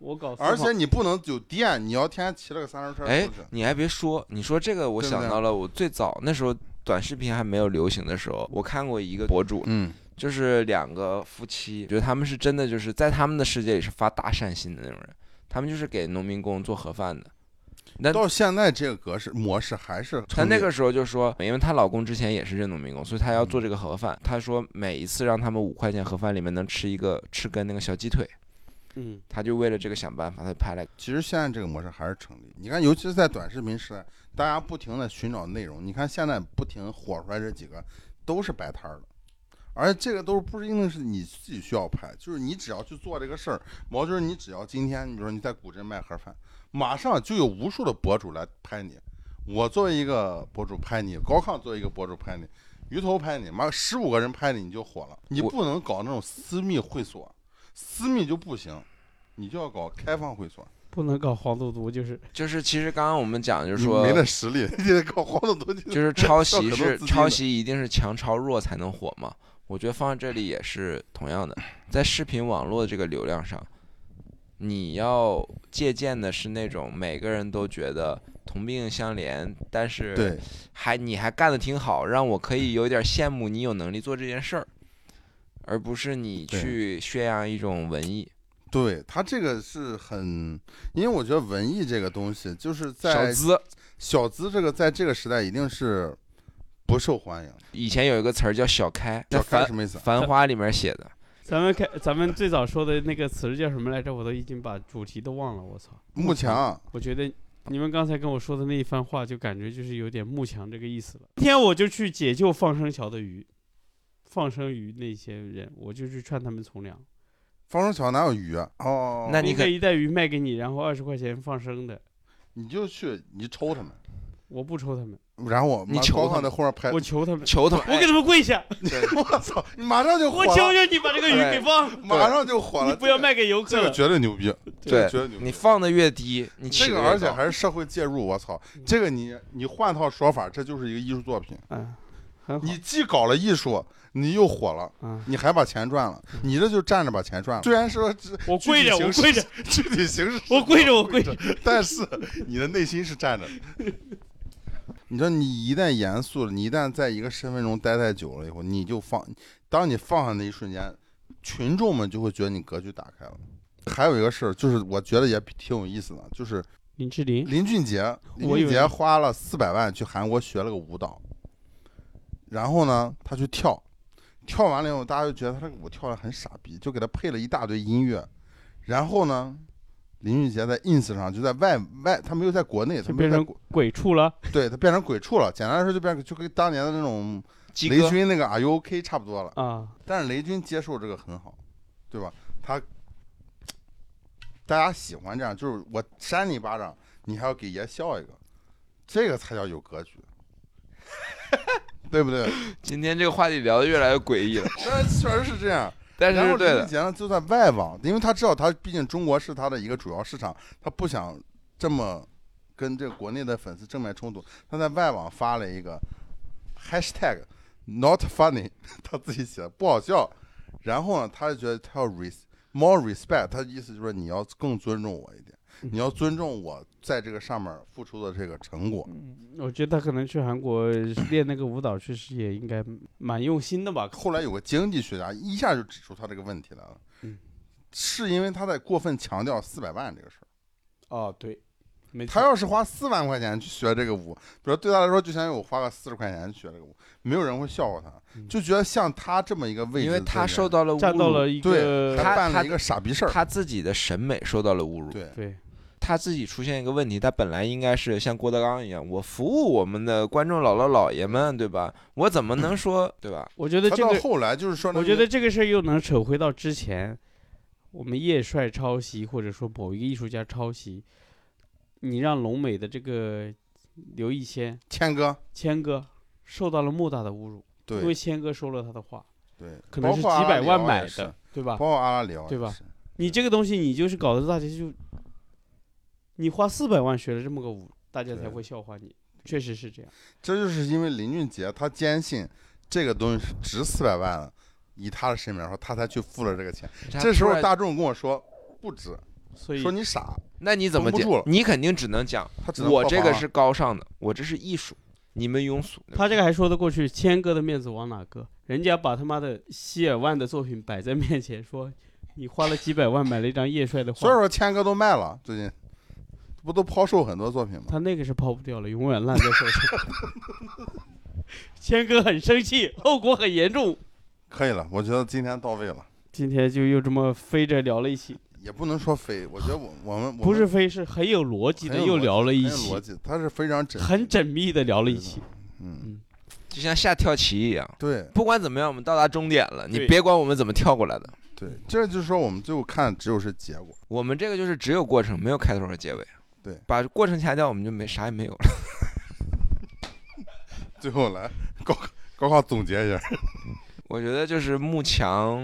Speaker 2: 我搞私
Speaker 1: 而且
Speaker 2: 房
Speaker 1: 你不能有店，你要天天骑了个三轮车
Speaker 3: 哎
Speaker 1: 出去，，
Speaker 3: 你还别说，你说这个，我
Speaker 1: 对不
Speaker 3: 想
Speaker 1: 对
Speaker 3: 到了，我最早那时候短视频还没有流行的时候，我看过一个博主，
Speaker 1: 嗯，
Speaker 3: 就是两个夫妻，觉得他们是真的就是在他们的世界里是发大善心的那种人，他们就是给农民工做盒饭的。那
Speaker 1: 到现在这个格式模式还是
Speaker 3: 她
Speaker 1: 成立
Speaker 3: 那个时候就说，因为她老公之前也是这农民工，所以她要
Speaker 1: 嗯
Speaker 3: 做这个盒饭。她说每一次让他们五块钱盒饭里面能吃一个吃根那个小鸡腿，
Speaker 2: 嗯，
Speaker 3: 她就为了这个想办法，她拍了
Speaker 1: 其实现在这个模式还是成立。你看，尤其是在短视频时代，大家不停的寻找内容。你看现在不停火出来这几个都是摆摊儿的，而且这个都是不一定是你自己需要拍，就是你只要去做这个事儿。毛就是你只要今天，你比如说你在古镇卖盒饭，马上就有无数的博主来拍你。我作为一个博主拍你，高亢作为一个博主拍你，鱼头拍你，妈十五个人拍你你就火了。你
Speaker 3: 我
Speaker 1: 不能搞那种私密会所，私密就不行，你就要搞开放会所。
Speaker 2: 不能搞黄赌毒，就是
Speaker 3: 就是其实刚刚我们讲就是
Speaker 1: 你
Speaker 3: 说
Speaker 1: 嗯没那实力，你得搞黄赌毒去。
Speaker 3: 就 是抄
Speaker 1: 要
Speaker 3: 袭
Speaker 1: 可能
Speaker 3: 是
Speaker 1: 自己
Speaker 3: 抄
Speaker 1: 的
Speaker 3: 袭，一定是强抄弱才能火嘛。我觉得放在这里也是同样的，在视频网络这个流量上，你要借鉴的是那种每个人都觉得同病相怜，但是
Speaker 1: 对，
Speaker 3: 还你还干得挺好，让我可
Speaker 1: 嗯
Speaker 3: 以有点羡慕你有能力做这件事儿，而不是你
Speaker 1: 对
Speaker 3: 去宣扬一种文艺
Speaker 1: 对他这个是很，因为我觉得文艺这个东西，就是
Speaker 3: 小
Speaker 1: 在
Speaker 3: 资。
Speaker 1: 小资这个在这个时代一定是不受欢迎的。
Speaker 3: 以前有一个词儿叫小开，在
Speaker 1: 要看
Speaker 3: 繁
Speaker 1: 什么意思？
Speaker 3: 繁花里面写的，
Speaker 2: 咱们开咱们最早说的那个词叫什么来着？我都已经把主题都忘了，我操！
Speaker 3: 嗯
Speaker 1: 幕墙，
Speaker 2: 我觉得你们刚才跟我说的那一番话，就感觉就是有点慕强这个意思了。今天我就去解救放生桥的鱼，放生鱼那些人，我就去劝他们从良。
Speaker 1: 方生桥哪有鱼啊？哦，
Speaker 3: 那你
Speaker 2: 你
Speaker 3: 可
Speaker 2: 一袋鱼卖给你，然后二十块钱放生的，
Speaker 1: 你就去，你抽他们，
Speaker 2: 我不抽他们，
Speaker 1: 然后我
Speaker 3: 你
Speaker 1: 妈
Speaker 3: 求
Speaker 1: 高
Speaker 3: 他
Speaker 1: 亢的
Speaker 3: 们
Speaker 1: 后面 拍，
Speaker 2: 我求他们，
Speaker 3: 求他们，
Speaker 2: 我给他们跪下，
Speaker 1: 我操，你马上哎就火
Speaker 2: 我求
Speaker 1: 了，
Speaker 2: 求你把这个鱼给放了，
Speaker 1: 马上就火
Speaker 2: 你
Speaker 1: 了，
Speaker 2: 不要卖给游
Speaker 1: 这
Speaker 2: 客
Speaker 1: 个
Speaker 2: 了。
Speaker 1: 绝对牛逼，
Speaker 3: 对
Speaker 1: 绝对牛逼。
Speaker 3: 你放的越低，你起
Speaker 1: 这个
Speaker 3: 得越
Speaker 1: 而且
Speaker 3: 高
Speaker 1: 还是社会介入，我操！
Speaker 3: 嗯
Speaker 1: 这个你你换套说法，这就是一个艺术作品。
Speaker 2: 嗯，很好
Speaker 1: 你既搞了艺术，你又火了，
Speaker 2: 啊，
Speaker 1: 你还把钱赚了，你这就站着把钱赚了。虽然说这
Speaker 2: 我跪着，
Speaker 1: 具
Speaker 2: 我
Speaker 1: 体形式
Speaker 2: 跪着，
Speaker 1: 具体形式，
Speaker 2: 我跪着，我跪着。
Speaker 1: 但是你的内心是站着的。 你说你一旦严肃了，你一旦在一个身份中待太久了以后，你就放，当你放下那一瞬间，群众们就会觉得你格局打开了。还有一个事儿，就是我觉得也挺有意思的，就是
Speaker 2: 林志玲，
Speaker 1: 林俊杰，林
Speaker 2: 我以
Speaker 1: 俊
Speaker 2: 为
Speaker 1: 杰花了四百万去韩国学了个舞蹈，然后呢，他去跳，跳完了以后，大家就觉得他这个舞跳的很傻逼，就给他配了一大堆音乐，然后呢，林俊杰在 ins 上就在外外，他没有在国内，他
Speaker 2: 就
Speaker 1: 没有
Speaker 2: 变
Speaker 1: 在
Speaker 2: 成
Speaker 1: 国，
Speaker 2: 鬼畜了。
Speaker 1: 对他变成鬼畜了，简单来说就变成就跟当年的那种
Speaker 3: 鸡
Speaker 1: 雷
Speaker 3: 哥
Speaker 1: 军那个啊 Are You OK 差不多了，
Speaker 2: 啊，
Speaker 1: 但是雷军接受这个很好，对吧？他大家喜欢这样，就是我扇你一巴掌，你还要给爷笑一个，这个才叫有格局， 对不对？
Speaker 3: 今天这个话题聊的越来越诡异了，
Speaker 1: 但确实是这样。
Speaker 3: 但是
Speaker 1: 然后
Speaker 3: 是对
Speaker 1: 林俊
Speaker 3: 的，
Speaker 1: 杰呢，就在外网，因为他知道他毕竟中国是他的一个主要市场，他不想这么跟这个国内的粉丝正面冲突，他在外网发了一个 hashtag not funny，他 自己写的不好笑，然后呢，他就觉得他要 res more respect，他的意思就是说你要更尊重我一点，
Speaker 2: 嗯
Speaker 1: 你要尊重我在这个上面付出的这个成果。
Speaker 2: 嗯我觉得他可能去韩国练那个舞蹈，确实也应该蛮用心的吧。
Speaker 1: 后来有个经济学家一下就指出他这个问题来了，
Speaker 2: 嗯
Speaker 1: 是因为他在过分强调四百万这个事儿。
Speaker 2: 哦，对，没
Speaker 1: 他要是花四万块钱去学这个舞，比如对他来说，就相当于我花个四十块钱去学这个舞，没有人会笑话他，
Speaker 2: 嗯
Speaker 1: 就觉得像他这么一个位置的人，
Speaker 3: 因为他受到了侮
Speaker 2: 站到
Speaker 3: 辱，
Speaker 2: 了一
Speaker 1: 对，
Speaker 2: 个
Speaker 1: 还
Speaker 3: 他
Speaker 1: 办
Speaker 3: 他
Speaker 1: 了一个傻逼事儿，
Speaker 3: 他自己的审美受到了侮辱，
Speaker 1: 对
Speaker 2: 对
Speaker 3: 他自己出现一个问题，他本来应该是像郭德纲一样，我服务我们的观众姥姥姥爷们，对吧？我怎么 能说对吧？
Speaker 2: 我觉得
Speaker 1: 他
Speaker 2: 这
Speaker 1: 到
Speaker 2: 个，
Speaker 1: 后来就是说那个，
Speaker 2: 我觉得这个事儿又能扯回到之前，我们叶帅抄袭，或者说某一个艺术家抄袭，你让龙美的这个刘亦谦
Speaker 1: 谦哥
Speaker 2: 谦哥受到了莫大的侮辱，因为
Speaker 1: 对
Speaker 2: 谦哥说了他的话，
Speaker 1: 对，
Speaker 2: 可能
Speaker 1: 包
Speaker 2: 是
Speaker 1: 括阿
Speaker 2: 几
Speaker 1: 拉
Speaker 2: 百
Speaker 1: 里
Speaker 2: 万
Speaker 1: 奥
Speaker 2: 买
Speaker 1: 也是
Speaker 2: 的，，对吧
Speaker 1: 包？括阿拉里奥也
Speaker 2: 对吧
Speaker 1: 是？
Speaker 2: 你这个东西，你就是搞得大家就，你花四百万学了这么个舞，大家才
Speaker 1: 对
Speaker 2: 会笑话你。确实是这样，
Speaker 1: 这就是因为林俊杰他坚信这个东西是值四百万的，以他的审美来说，他才去付了这个钱。这时
Speaker 3: 他突
Speaker 1: 候
Speaker 3: 然
Speaker 1: 大众跟我说不值，
Speaker 2: 所以
Speaker 1: 说你傻，
Speaker 3: 那你怎么
Speaker 1: 绷不
Speaker 3: 讲
Speaker 1: 住了？
Speaker 3: 你肯定只能讲
Speaker 1: 他只能
Speaker 3: 我
Speaker 1: 爆
Speaker 3: 这
Speaker 1: 房
Speaker 3: 个
Speaker 1: 啊
Speaker 3: 是高尚的，我这是艺术，你们庸俗。对吧
Speaker 2: 他这个还说得过去。谦哥的面子往哪搁？人家把他妈的希尔万的作品摆在面前，说你花了几百万买了一张叶帅 的
Speaker 1: 所以
Speaker 2: 画，
Speaker 1: 说谦哥都卖了，最近不都抛售很多作品吗？
Speaker 2: 他那个是抛不掉了，永远烂在手上。谦哥很生气，后果很严重。
Speaker 1: 可以了，我觉得今天到位了，
Speaker 2: 今天就又这么飞着聊了一期，
Speaker 1: 也不能说非，我觉得我我们我
Speaker 2: 不
Speaker 1: 们
Speaker 2: 是飞，是很有逻辑的，
Speaker 1: 很有
Speaker 2: 又
Speaker 1: 逻辑
Speaker 2: 聊了
Speaker 1: 很
Speaker 2: 一
Speaker 1: 有
Speaker 2: 期
Speaker 1: 逻，辑，它是非常缜密
Speaker 2: 很缜密的聊了一
Speaker 1: 对的
Speaker 2: 期。
Speaker 1: 嗯，
Speaker 2: 嗯，
Speaker 3: 就像下跳棋一样。
Speaker 1: 对
Speaker 3: 不管怎么样，我们到达终点了，你
Speaker 2: 对
Speaker 3: 别管我们怎么跳过来的，
Speaker 1: 对，这就是说我们最后看只有是结果，
Speaker 3: 我们这个就是只有过程，没有开头和结尾。
Speaker 1: 对
Speaker 3: 把过程掐掉，我们就没啥也没有了。
Speaker 1: 最后来高考高考总结一下，
Speaker 3: 我觉得就是慕强，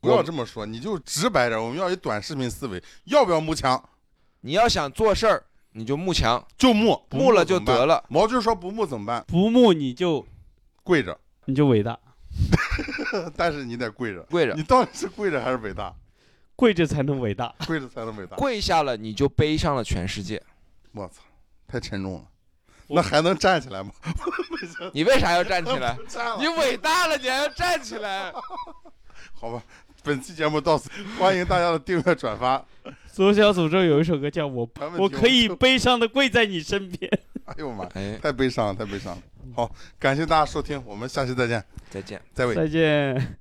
Speaker 1: 不要
Speaker 3: 我
Speaker 1: 这么说，你就直白点，我们要以短视频思维，要不要慕强
Speaker 3: 你要想做事儿，你就慕强，
Speaker 1: 就慕，不
Speaker 3: 慕了就
Speaker 1: 怎么办
Speaker 3: 得。了。
Speaker 1: 毛就说不慕怎么办？
Speaker 2: 不慕你就
Speaker 1: 跪着，
Speaker 2: 你就伟大，
Speaker 1: 但是你得跪着，
Speaker 3: 跪着
Speaker 1: 你，到底是跪着还是伟大？
Speaker 2: 跪着才能伟 大。
Speaker 1: 跪着才能伟大。
Speaker 3: 跪下了，你就背上了全世界。
Speaker 1: 我操，太沉重了，那还能站起来吗？
Speaker 3: 你为啥要站起来？
Speaker 1: 站了
Speaker 3: 你伟大了，你还要站起来？
Speaker 1: 好吧，本期节目到此，欢迎大家的订阅、转发。
Speaker 2: 左小诅咒有一首歌叫我
Speaker 1: 咱们
Speaker 2: 我
Speaker 1: 就
Speaker 2: 可以，悲伤的跪在你身边。
Speaker 1: 哎呦妈，
Speaker 3: 哎，
Speaker 1: 太悲伤了，太悲伤了。好，感谢大家收听，我们下期再见，
Speaker 3: 再见。
Speaker 1: 再会。
Speaker 2: 再见。